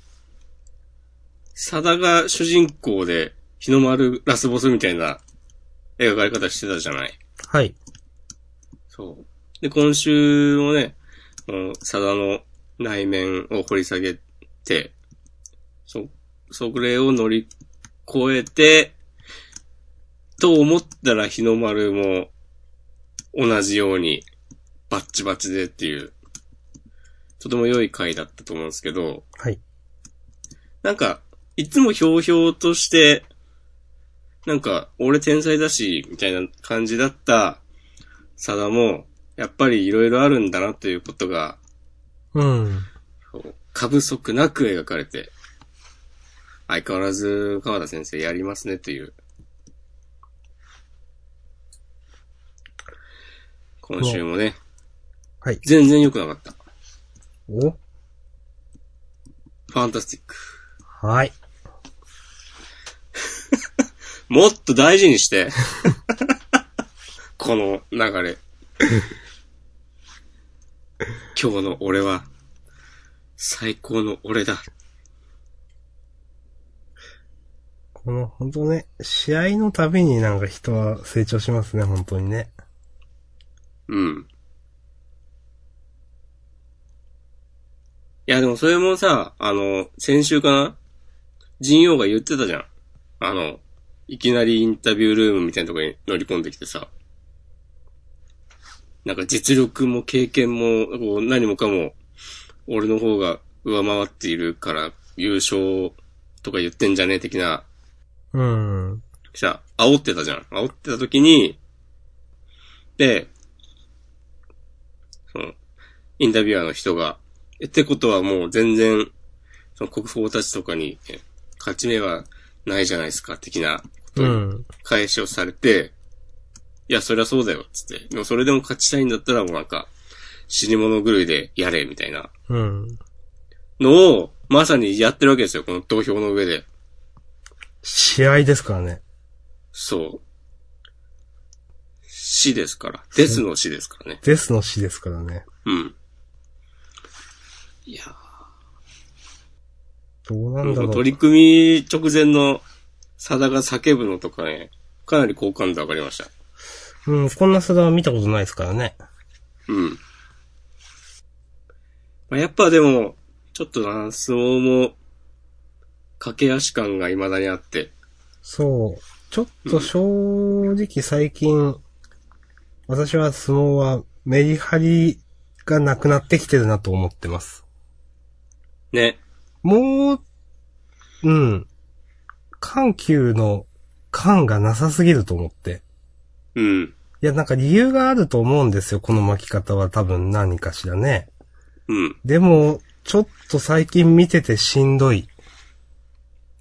S2: サダが主人公で、日の丸ラスボスみたいな描かれ方してたじゃない
S1: はい、
S2: そう。で、今週もね、この、サダの内面を掘り下げて、そ、それを乗り越えて、と思ったら日の丸も同じようにバッチバチでっていう、とても良い回だったと思うんですけど、
S1: はい。
S2: なんか、いつもひょうひょうとして、なんか、俺天才だし、みたいな感じだった、サダも、やっぱりいろいろあるんだなということが、
S1: うん。
S2: こう過不足なく描かれて、相変わらず川田先生やりますねという。今週もね、
S1: はい。
S2: 全然良くなかった。フ
S1: お
S2: ァンタスティック。
S1: はい。
S2: もっと大事にして。 この流れ。今日の俺は、最高の俺だ。
S1: この、本当ね、試合のたびになんか人は成長しますね、本当にね。
S2: うん。いや、でもそれもさ、あの、先週かな神王が言ってたじゃん。あの、いきなりインタビュールームみたいなとこに乗り込んできてさ。なんか実力も経験も、こう何もかも、俺の方が上回っているから優勝とか言ってんじゃねえ的な
S1: うん。
S2: さ、煽ってたじゃん。煽ってた時に、で、その、インタビュアーの人が、えってことはもう全然、その国宝たちとかに、え勝ち目はないじゃないですか、的なこと
S1: う
S2: を
S1: ん。
S2: 返しをされて、いや、そりゃそうだよ、つって。でもそれでも勝ちたいんだったらもうなんか、死に物狂いでやれ、みたいな
S1: うん。
S2: のを、まさにやってるわけですよ、この投票の上で。
S1: 試合ですからね。
S2: そう。死ですから。ですの死ですからね。
S1: デスの死ですからね。
S2: うん。いや
S1: どうなんだ
S2: ー、
S1: ろう。
S2: 取り組み直前のサダが叫ぶのとかね、かなり好感度上がりました。
S1: うん、こんな姿は見たことないですからね。
S2: うん。まあ、やっぱでも、ちょっとな、相撲も、駆け足感が未だにあって、
S1: そう。ちょっと正直最近、私は相撲はメリハリがなくなってきてるなと思ってます。
S2: ね。
S1: もう、うん。緩急の感がなさすぎると思って。
S2: うん。
S1: いや、なんか理由があると思うんですよ。この巻き方は多分何かしらね。
S2: うん。
S1: でも、ちょっと最近見ててしんどい。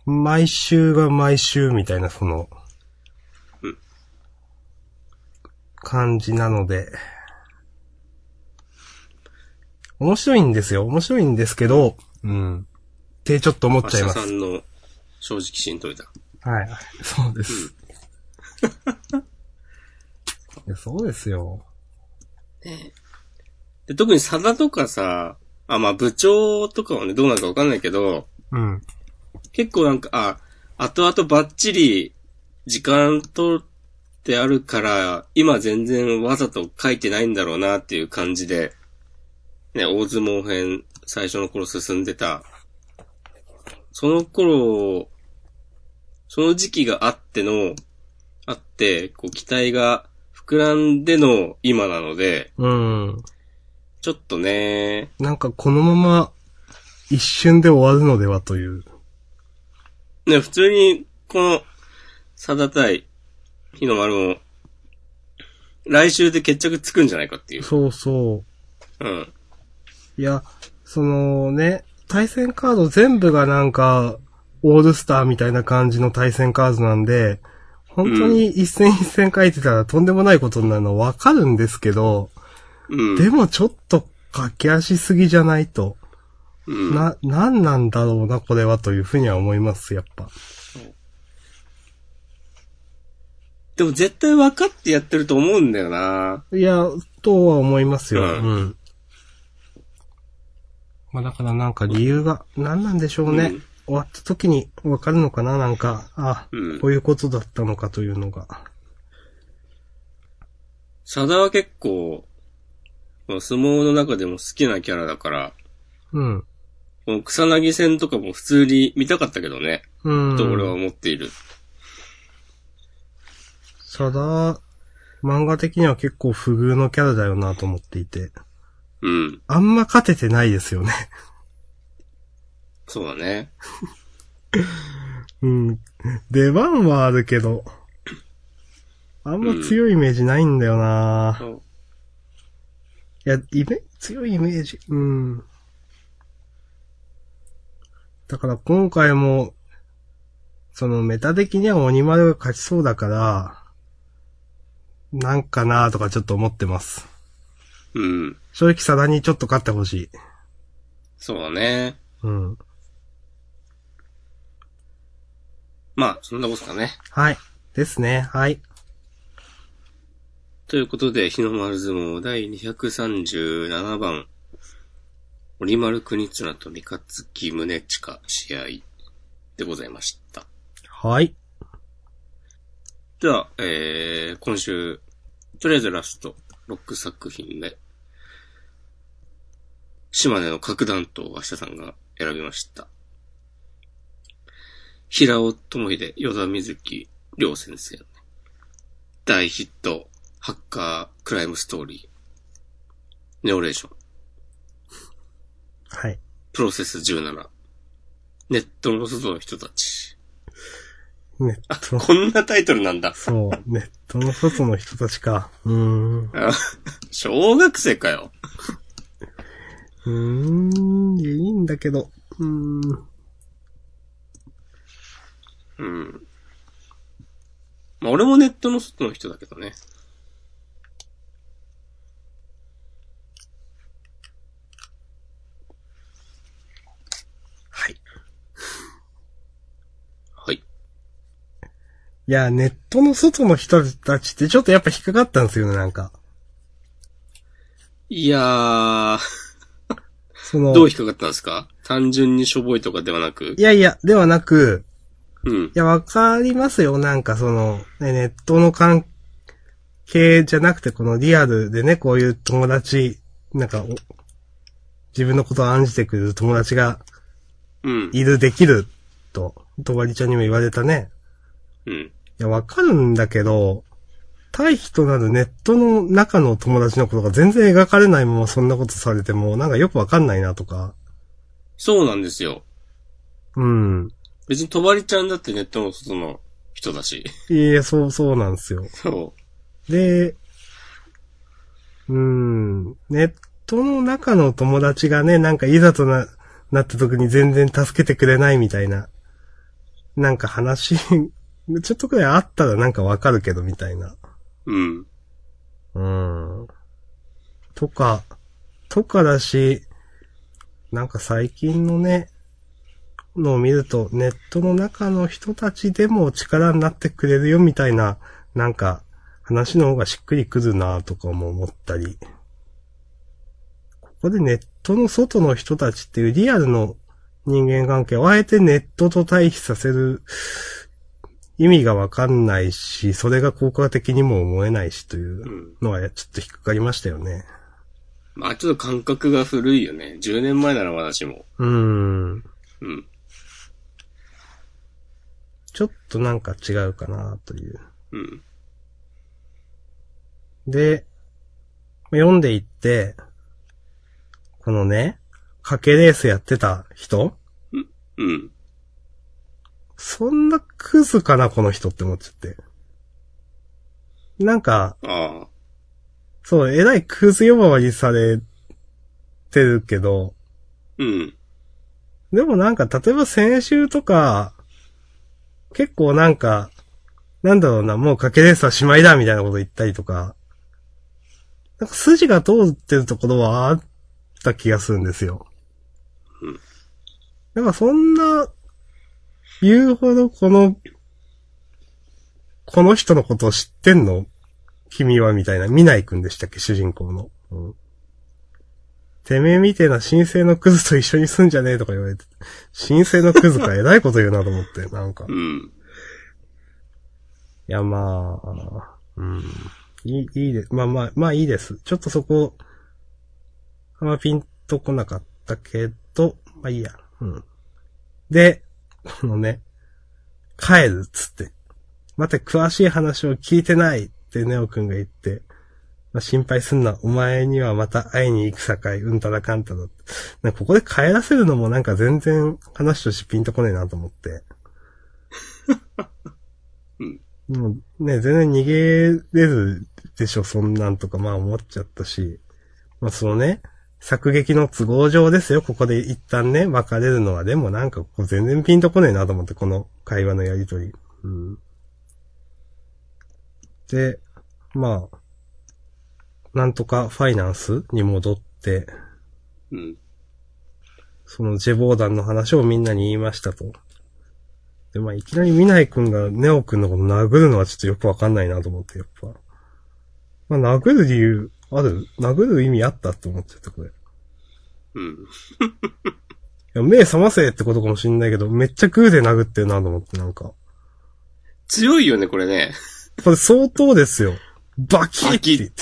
S1: 毎週が毎週みたいな、その
S2: うん、
S1: 感じなので、面白いんですよ。面白いんですけど、うん。ってちょっと思っ
S2: 明
S1: ちゃい
S2: 日
S1: ま
S2: さ
S1: す。
S2: んの正直心取れた。
S1: はい。そうです。 いやそうですよ。
S2: で、特に佐田とかさ、あ、まあ部長とかはね、どうなるかわかんないけど、
S1: うん。
S2: 結構なんか、あ、後々バッチリ時間取ってあるから、今全然わざと書いてないんだろうなっていう感じで、ね、大相撲編最初の頃進んでた。その頃、その時期があっての、あって、こう期待が膨らんでの今なので、
S1: うん。
S2: ちょっとね、
S1: なんかこのまま一瞬で終わるのではという。
S2: ね、普通に、この、サダ対、日の丸も、来週で決着つくんじゃないかっていう。
S1: そうそ
S2: うん。
S1: う。いや、そのね、対戦カード全部がなんか、オールスターみたいな感じの対戦カードなんで、本当に一戦一戦書いてたらとんでもないことになるのわかるんですけど、
S2: うん。
S1: でもちょっと駆け足すぎじゃないと。
S2: うん、
S1: な、なんなんだろうな、これはというふうには思います、やっぱ。
S2: でも絶対分かってやってると思うんだよな。
S1: いや、とは思いますよ。
S2: う
S1: うんん。まあだからなんか理由が何なんでしょうね。
S2: うん
S1: 終わった時にわかるのかななんか、あ、
S2: うん
S1: こういうことだったのかというのが。
S2: サダは結構、この相撲の中でも好きなキャラだから、
S1: うん。
S2: この草薙戦とかも普通に見たかったけどね、
S1: うん。
S2: と俺は思っている。
S1: ただ、漫画的には結構不遇のキャラだよなと思っていて。
S2: うん。
S1: あんま勝ててないですよね。
S2: そうだね。
S1: うん。出番はあるけど、あんま強いイメージないんだよな、
S2: そう
S1: いや、イメ、強いイメージ。うん。だから今回も、そのメタ的には鬼丸が勝ちそうだから、なんかなーとかちょっと思ってます。
S2: うん。
S1: 正直サダにちょっと勝ってほしい。
S2: そうだね。
S1: うん。
S2: まあ、そんなことかね。
S1: はい。ですね。はい。
S2: ということで、日の丸相撲第237番、折丸国綱と三日月宗近試合でございました。
S1: はい。
S2: では、えー、今週、とりあえずラスト、6作品目。島根の核弾頭を明日さんが選びました。平尾智秀、与田瑞希、両先生のね、大ヒット、ハッカー、クライムストーリー、ネオレーション、
S1: はい。
S2: プロセス17、ネットの外の人たち。
S1: ネットの、
S2: こんなタイトルなんだ。
S1: そう、ネットの外の人たちか。うーん。う
S2: あ小学生かよ。
S1: ーん、いやいいんだけど。うーん。
S2: うん。まあ、俺もネットの外の人だけどね。
S1: はい。
S2: はい。
S1: いや、ネットの外の人たちってちょっとやっぱ引っかかったんですよね、なんか。
S2: いやー、
S1: その、
S2: どう引っかかったんですか単純にしょぼいとかではなく
S1: い。やいや、ではなく、
S2: うん。
S1: いや、わかりますよ、なんかその、ね、ネットの関係じゃなくて、このリアルでね、こういう友達、なんかお、自分のことを案じてくれる友達が
S2: うん。
S1: いる、できる、と、とばりちゃんにも言われたね。
S2: うん。
S1: いや、わかるんだけど、対比となるネットの中の友達のことが全然描かれないままそんなことされても、なんかよくわかんないなとか。
S2: そうなんですよ。
S1: うん。
S2: 別にとばりちゃんだってネットの外の人だし。
S1: いえ、そう、そうなんですよ。
S2: そ
S1: で、うん、ネットの中の友達がね、なんかいざとな、なった時に全然助けてくれないみたいな、なんか話、 ちょっとくらいあったらなんかわかるけどみたいな。
S2: う。うん。
S1: うん。とか、とかだし、なんか最近のね、のを見ると、ネットの中の人たちでも力になってくれるよみたいな、なんか、話の方がしっくりくるなとかも思ったり。ここでネットの外の人たちっていうリアルの人間関係をあえてネットと対比させる意味がわかんないし、それが効果的にも思えないしという
S2: うん。
S1: のはちょっと引っかかりましたよね。
S2: まあちょっと感覚が古いよね。10年前なら私も。
S1: うーん。
S2: うん。
S1: ちょっとなんか違うかなという。
S2: うん。
S1: で、読んでいって、このね、賭けレースやってた人
S2: うん。
S1: そんなクズかな、この人って思っちゃって。なんか、
S2: ああ。
S1: そう、えらいクズ呼ばわりされてるけど、
S2: うん。
S1: でもなんか、例えば先週とか、結構なんか、なんだろうな、もう賭けレースはしまいだ、みたいなこと言ったりとか、なんか筋が通ってるところはあった気がするんですよ。
S2: うん
S1: なんかそんな、言うほどこの、この人のことを知ってんの君はみたいな、見ないくんでしたっけ、主人公の。うんてめえみてえな神聖のクズと一緒に住んじゃねえとか言われて、神聖のクズ か偉いこと言うなと思って、なんか。
S2: うん。
S1: いや、まあ、うん。いい、いいで、まあまあ、まあいいです。ちょっとそこ、あんまピンとこなかったけど、まあいいや。うん。で、このね、帰るっつって。待って、詳しい話を聞いてないってネオくんが言って、まあ、心配すんな、お前にはまた会いに行くさかい、うんたらかんただって。なんかここで帰らせるのもなんか全然話としてピンとこねえなと思って。もうね、全然逃げれるでしょ、そんなんとか、まあ思っちゃったし。まあそのね、作劇の都合上ですよ、ここで一旦ね、別れるのは。でもなんか、ここ全然ピンとこねえなと思って、この会話のやりとり。うん。で、まあ、なんとかファイナンスに戻って、
S2: うん。
S1: そのジェボーダンの話をみんなに言いましたと。で、まあ、いきなりミナイ君がネオ君のこと殴るのはちょっとよくわかんないなと思って、やっぱ。まあ、殴る理由ある殴る意味あったと思っちゃった、これ。い
S2: うん。
S1: や、目覚ませってことかもしんないけど、めっちゃグーで殴ってるなと思って、なんか。
S2: 強いよね、これね。
S1: これ相当ですよ。バキッって言って。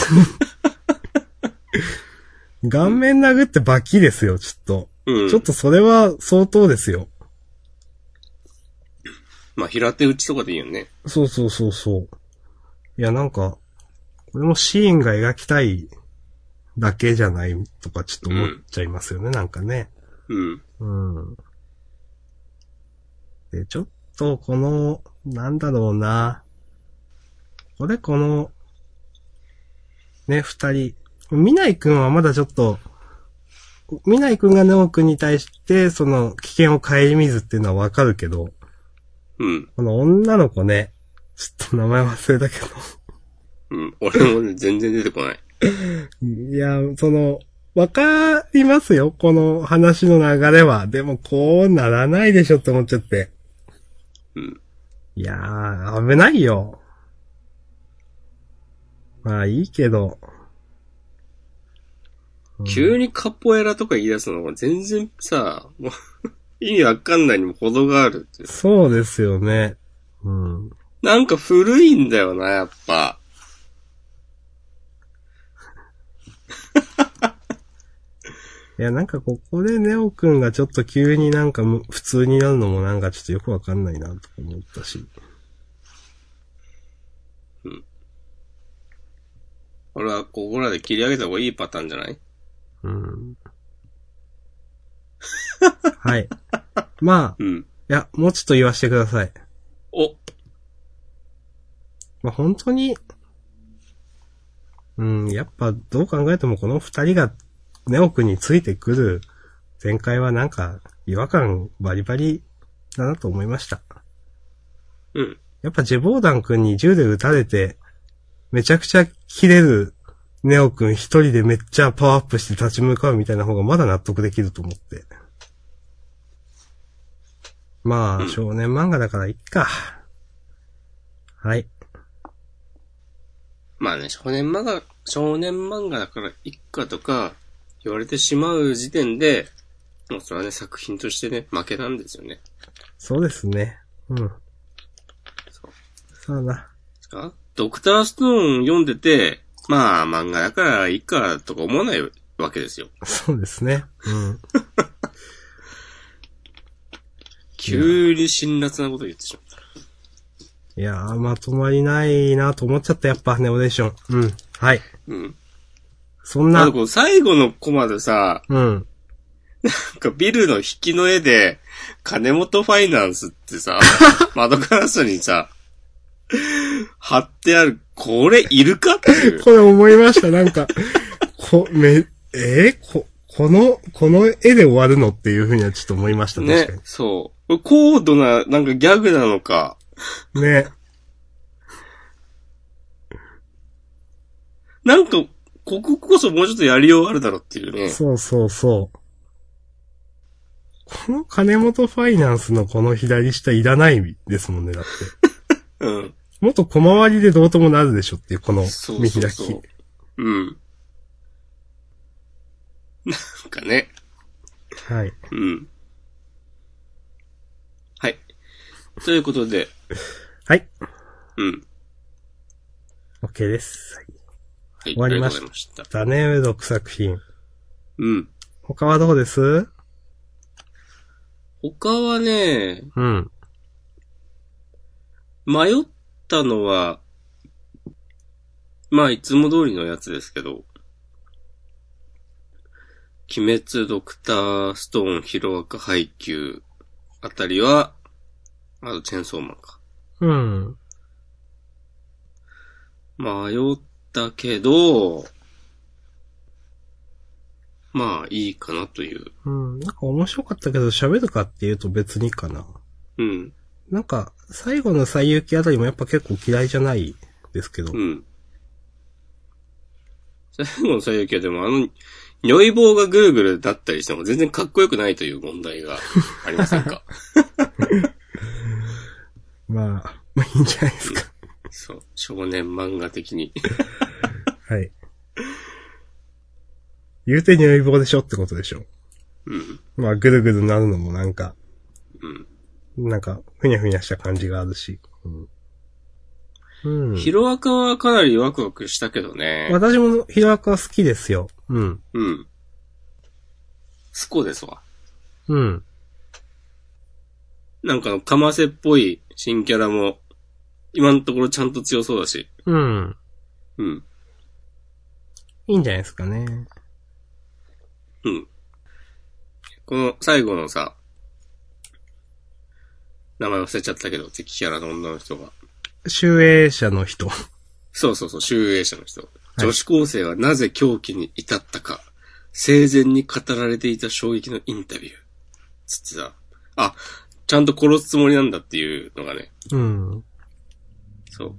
S1: 顔面殴ってバキですよ、ちょっと。
S2: うん。
S1: ちょっとそれは相当ですよ。
S2: まあ、平手打ちとかでいいよね。
S1: そうそうそうそう。いや、なんか、これもシーンが描きたいだけじゃないとかちょっと思っちゃいますよね、なんかね。
S2: うん。
S1: うん。で、ちょっとこの、なんだろうな。これこの、ね、二人。みないくんはまだちょっと、みないくんがネオくんに対して、その、危険を顧みずっていうのはわかるけど、
S2: うん。
S1: この女の子ね、ちょっと名前忘れたけ
S2: うん。俺もね、全然出てこない。
S1: ど。いや、その、わかりますよ、この話の流れは。でも、こうならないでしょって思っちゃって。
S2: うん。
S1: いやー、危ないよ。まあ、いいけど。うん
S2: 急にカポエラとか言い出すのが全然さ、もう意味わかんないにも程があるっていう。
S1: そうですよね。うん。
S2: なんか古いんだよな、やっぱ。
S1: いや、なんかここでネオくんがちょっと急になんかむ普通になるのもなんかちょっとよくわかんないなとか思ったし。
S2: 俺はここらで切り上げた方がいいパターンじゃない
S1: うん。はい。まあ、
S2: うん。
S1: いや、もうちょっと言わせてください。
S2: お、
S1: まあ本当に、うん、やっぱどう考えてもこの二人がネオくんについてくる展開はなんか違和感バリバリだなと思いました。
S2: うん。
S1: やっぱジェボーダン君に銃で撃たれて、めちゃくちゃ切れるネオくん一人でめっちゃパワーアップして立ち向かうみたいな方がまだ納得できると思って。ま
S2: う
S1: あ、
S2: ん
S1: 少年漫画だからいっか。はい。
S2: まあね、少年漫画、少年漫画だからいっかとか言われてしまう時点で、もうそれはね、作品としてね、負けなんですよね。
S1: そうですね。うん。
S2: そう。
S1: そうだ。
S2: あドクターストーン読んでて、まあ漫画だからいいかとか思わないわけですよ。
S1: そうですね。うん。
S2: 急に辛辣なこと言ってしまった。
S1: いやー、まとまりないなと思っちゃった、やっぱ、ネオデーション。うん。はい。
S2: うん。
S1: そん
S2: あ
S1: な
S2: と、こう最後のコマでさ、
S1: うん。
S2: なんかビルの引きの絵で、金本ファイナンスってさ、窓ガラスにさ、貼ってある、これいるかっていう。
S1: これ思いました、なん か。こ、め、えーこ、この、この絵で終わるのっていうふうにはちょっと思いました、確
S2: ね
S1: か、
S2: そう。高度な、なんかギャグなのか、
S1: に。ね。
S2: なんか、こここそもうちょっとやりようあるだろうっていうね。
S1: そうそうそう。この金本ファイナンスのこの左下いらないですもんね、だって。
S2: うん。
S1: もっと小回りでどうともなるでしょっていう、この
S2: そう
S1: 見
S2: そう
S1: 開
S2: そ
S1: き
S2: う。。うん。 なんかね。
S1: はい。
S2: うん。はい。ということで、
S1: はい。
S2: うん。
S1: OK です。はい
S2: はい。
S1: 終わりま
S2: あ
S1: し
S2: がとうございました。
S1: ダネウドク作品。
S2: うん。
S1: 他はどうです
S2: 他はね、
S1: うん。
S2: 迷ったのは、まあ、いつも通りのやつですけど、鬼滅、ドクター、ストーン、ヒロアカ、ハイキューあたりは、あと、チェーンソーマンか。
S1: うん。
S2: 迷ったけど、まあ、いいかなという。
S1: うん。なんか面白かったけど喋るかっていうと別にかな。
S2: うん、
S1: なんか、最後の最有機あたりもやっぱ結構嫌いじゃないですけど。
S2: うん。最後の最悪はでも、あの、如意棒がグーグルだったりしても全然かっこよくないという問題がありませんか
S1: まあ、まあいいんじゃないですか。
S2: そう。少年漫画的に。
S1: はい。言うてに予棒でしょってことでしょ。
S2: うん。
S1: まあ、ぐるぐるなるのもなんか、
S2: うん。
S1: なんか、ふにゃふにゃした感じがあるし。うん。うん、
S2: ヒロアカはかなりワクワクしたけどね。
S1: 私もヒロアカ好きですよ。うん。
S2: うん。スコですわ。
S1: うん。
S2: なんかあの、かませっぽい新キャラも、今のところちゃんと強そうだし。
S1: うん。
S2: うん。
S1: いいんじゃないですかね。
S2: うん。この最後のさ、名前忘れちゃったけど、敵キャラの女の人が。
S1: 集英者の人。
S2: そうそうそう、集英者の人。女子高生はなぜ狂気に至ったか、生前に語られていた衝撃のインタビュー。つってさ、あ、ちゃんと殺すつもりなんだっていうのがね、
S1: うん。
S2: そう。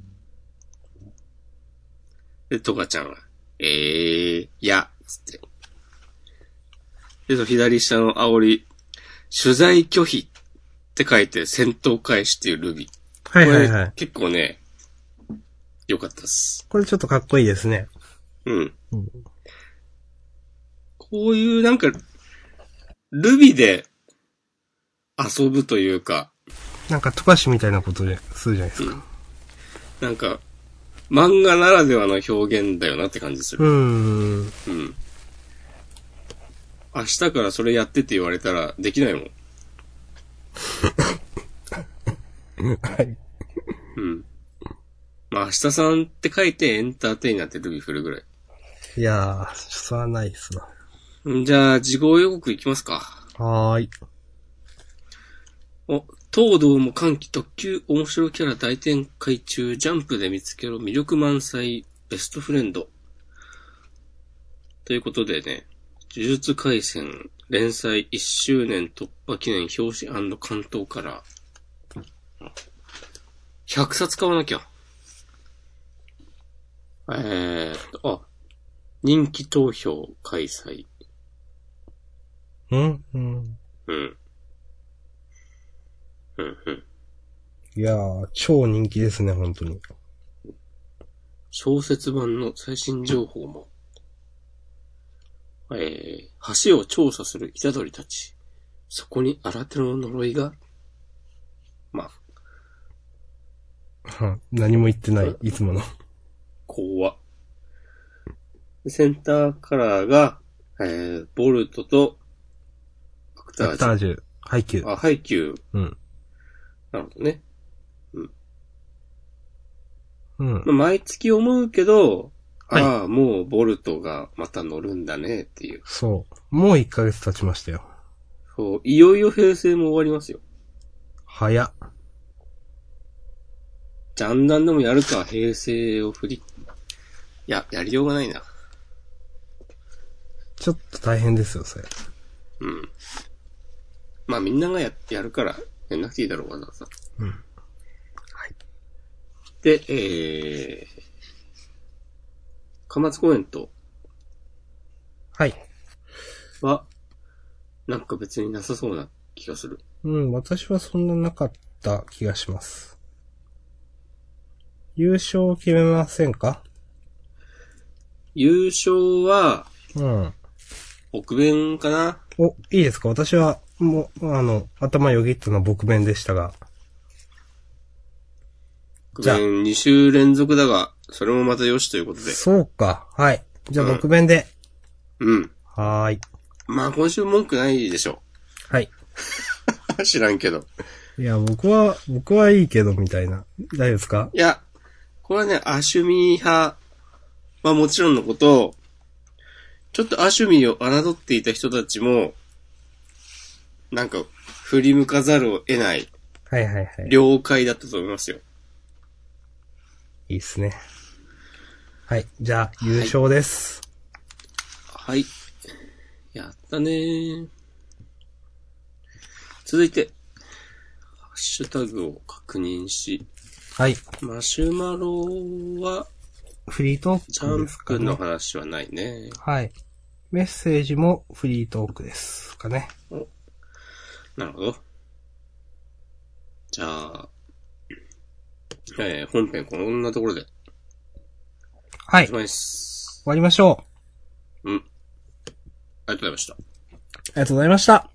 S2: で、トカちゃんは、ええー、いや、つって。で、その左下の煽り、取材拒否って書いて戦闘開始っていうルビー。
S1: はいはいは
S2: これ
S1: い。
S2: 結構ね、良かったっす。
S1: これちょっとかっこいいですね。
S2: うん。
S1: うん
S2: こういうなんか、ルビで遊ぶというか、
S1: なんか、トカシみたいなことでするじゃないですか。
S2: なんか、漫画ならではの表現だよなって感じす
S1: う
S2: る。
S1: ーん。
S2: うん。明日からそれやってって言われたらできないもん。
S1: はい。
S2: うん。まあ、明日さんって書いてエンターテイナーってルビ振るぐらい
S1: いやー、そらないっすわ。。
S2: んじゃあ、事後予告いきますか。
S1: はーい。
S2: お、東堂も歓喜特急面白キャラ大展開中、ジャンプで見つけろ魅力満載、ベストフレンド。ということでね、呪術回戦連載1周年突破記念表紙関東から、100冊買わなきゃ。えーっと、あ、人気投票開催。
S1: うん、うん。
S2: うん。うん、うん。
S1: いやー、超人気ですね、本当に。
S2: 小説版の最新情報も。えー、橋を調査する虎杖たち。そこに新手の呪いが、まあ、
S1: は何も言ってない、いつもの。
S2: 怖でセンターカラーが、えー、ボルトと、アクタ
S1: ア
S2: ー
S1: ク
S2: ジ
S1: タ
S2: ュ。
S1: ージュ、配給。
S2: あ、ハイキュー。
S1: うん。
S2: なるほどね。
S1: うん。
S2: まあ毎月思うけど、ああ、もうボルトがまた乗るんだねっていう。
S1: そう。もう1ヶ月経ちましたよ。
S2: そう、いよいよ平成も終わりますよ。
S1: 早っ。
S2: ジャンダンでもやるか、平成を振り。いや、やりようがないな。
S1: ちょっと大変ですよ、それ。
S2: うん。まあみんながや、やるから、やんなくていいだろう、わざわざ。
S1: うん。はい。
S2: で、えー、鎌津公園と
S1: はい。
S2: は、なんか別になさそうな気がする。
S1: うん、私はそんななかった気がします。優勝を決めませんか
S2: 優勝は、
S1: うん。
S2: 奥弁かな
S1: お、いいですか私は、もう、あの、頭よぎったのは僕弁でしたが。
S2: 奥
S1: じゃあ
S2: 弁2週連続だが、それもまた良しということで。
S1: そうか。はい。じゃあ
S2: うん
S1: 僕弁で。
S2: うん。
S1: はーい。
S2: まあ今週文句ないでしょ。
S1: はい。
S2: 知らんけど。
S1: いや、僕は、僕はいいけど、みたいな。大丈夫ですか
S2: いや、これはね、アシュミ派はもちろんのこと、ちょっとアシュミを侮っていた人たちも、なんか、振り向かざるを得ない、
S1: はいはいはい。
S2: 了解だったと思いますよ。
S1: いいっすね。はい。じゃあ、優勝です。
S2: はい。やったねー。続いて、ハッシュタグを確認し、
S1: はい。
S2: マシュマロは、
S1: フリート
S2: ジ
S1: ー
S2: ャ
S1: ク
S2: ン
S1: ですか
S2: プの
S1: ね。
S2: 話はないね。
S1: はい。メッセージもフリートークですかね。
S2: なるほど。じゃあ、えー、本編こんなところで
S1: はい。
S2: 始
S1: 終
S2: まります。
S1: わりましょう。
S2: うん。ありがとうございました。
S1: ありがとうございました。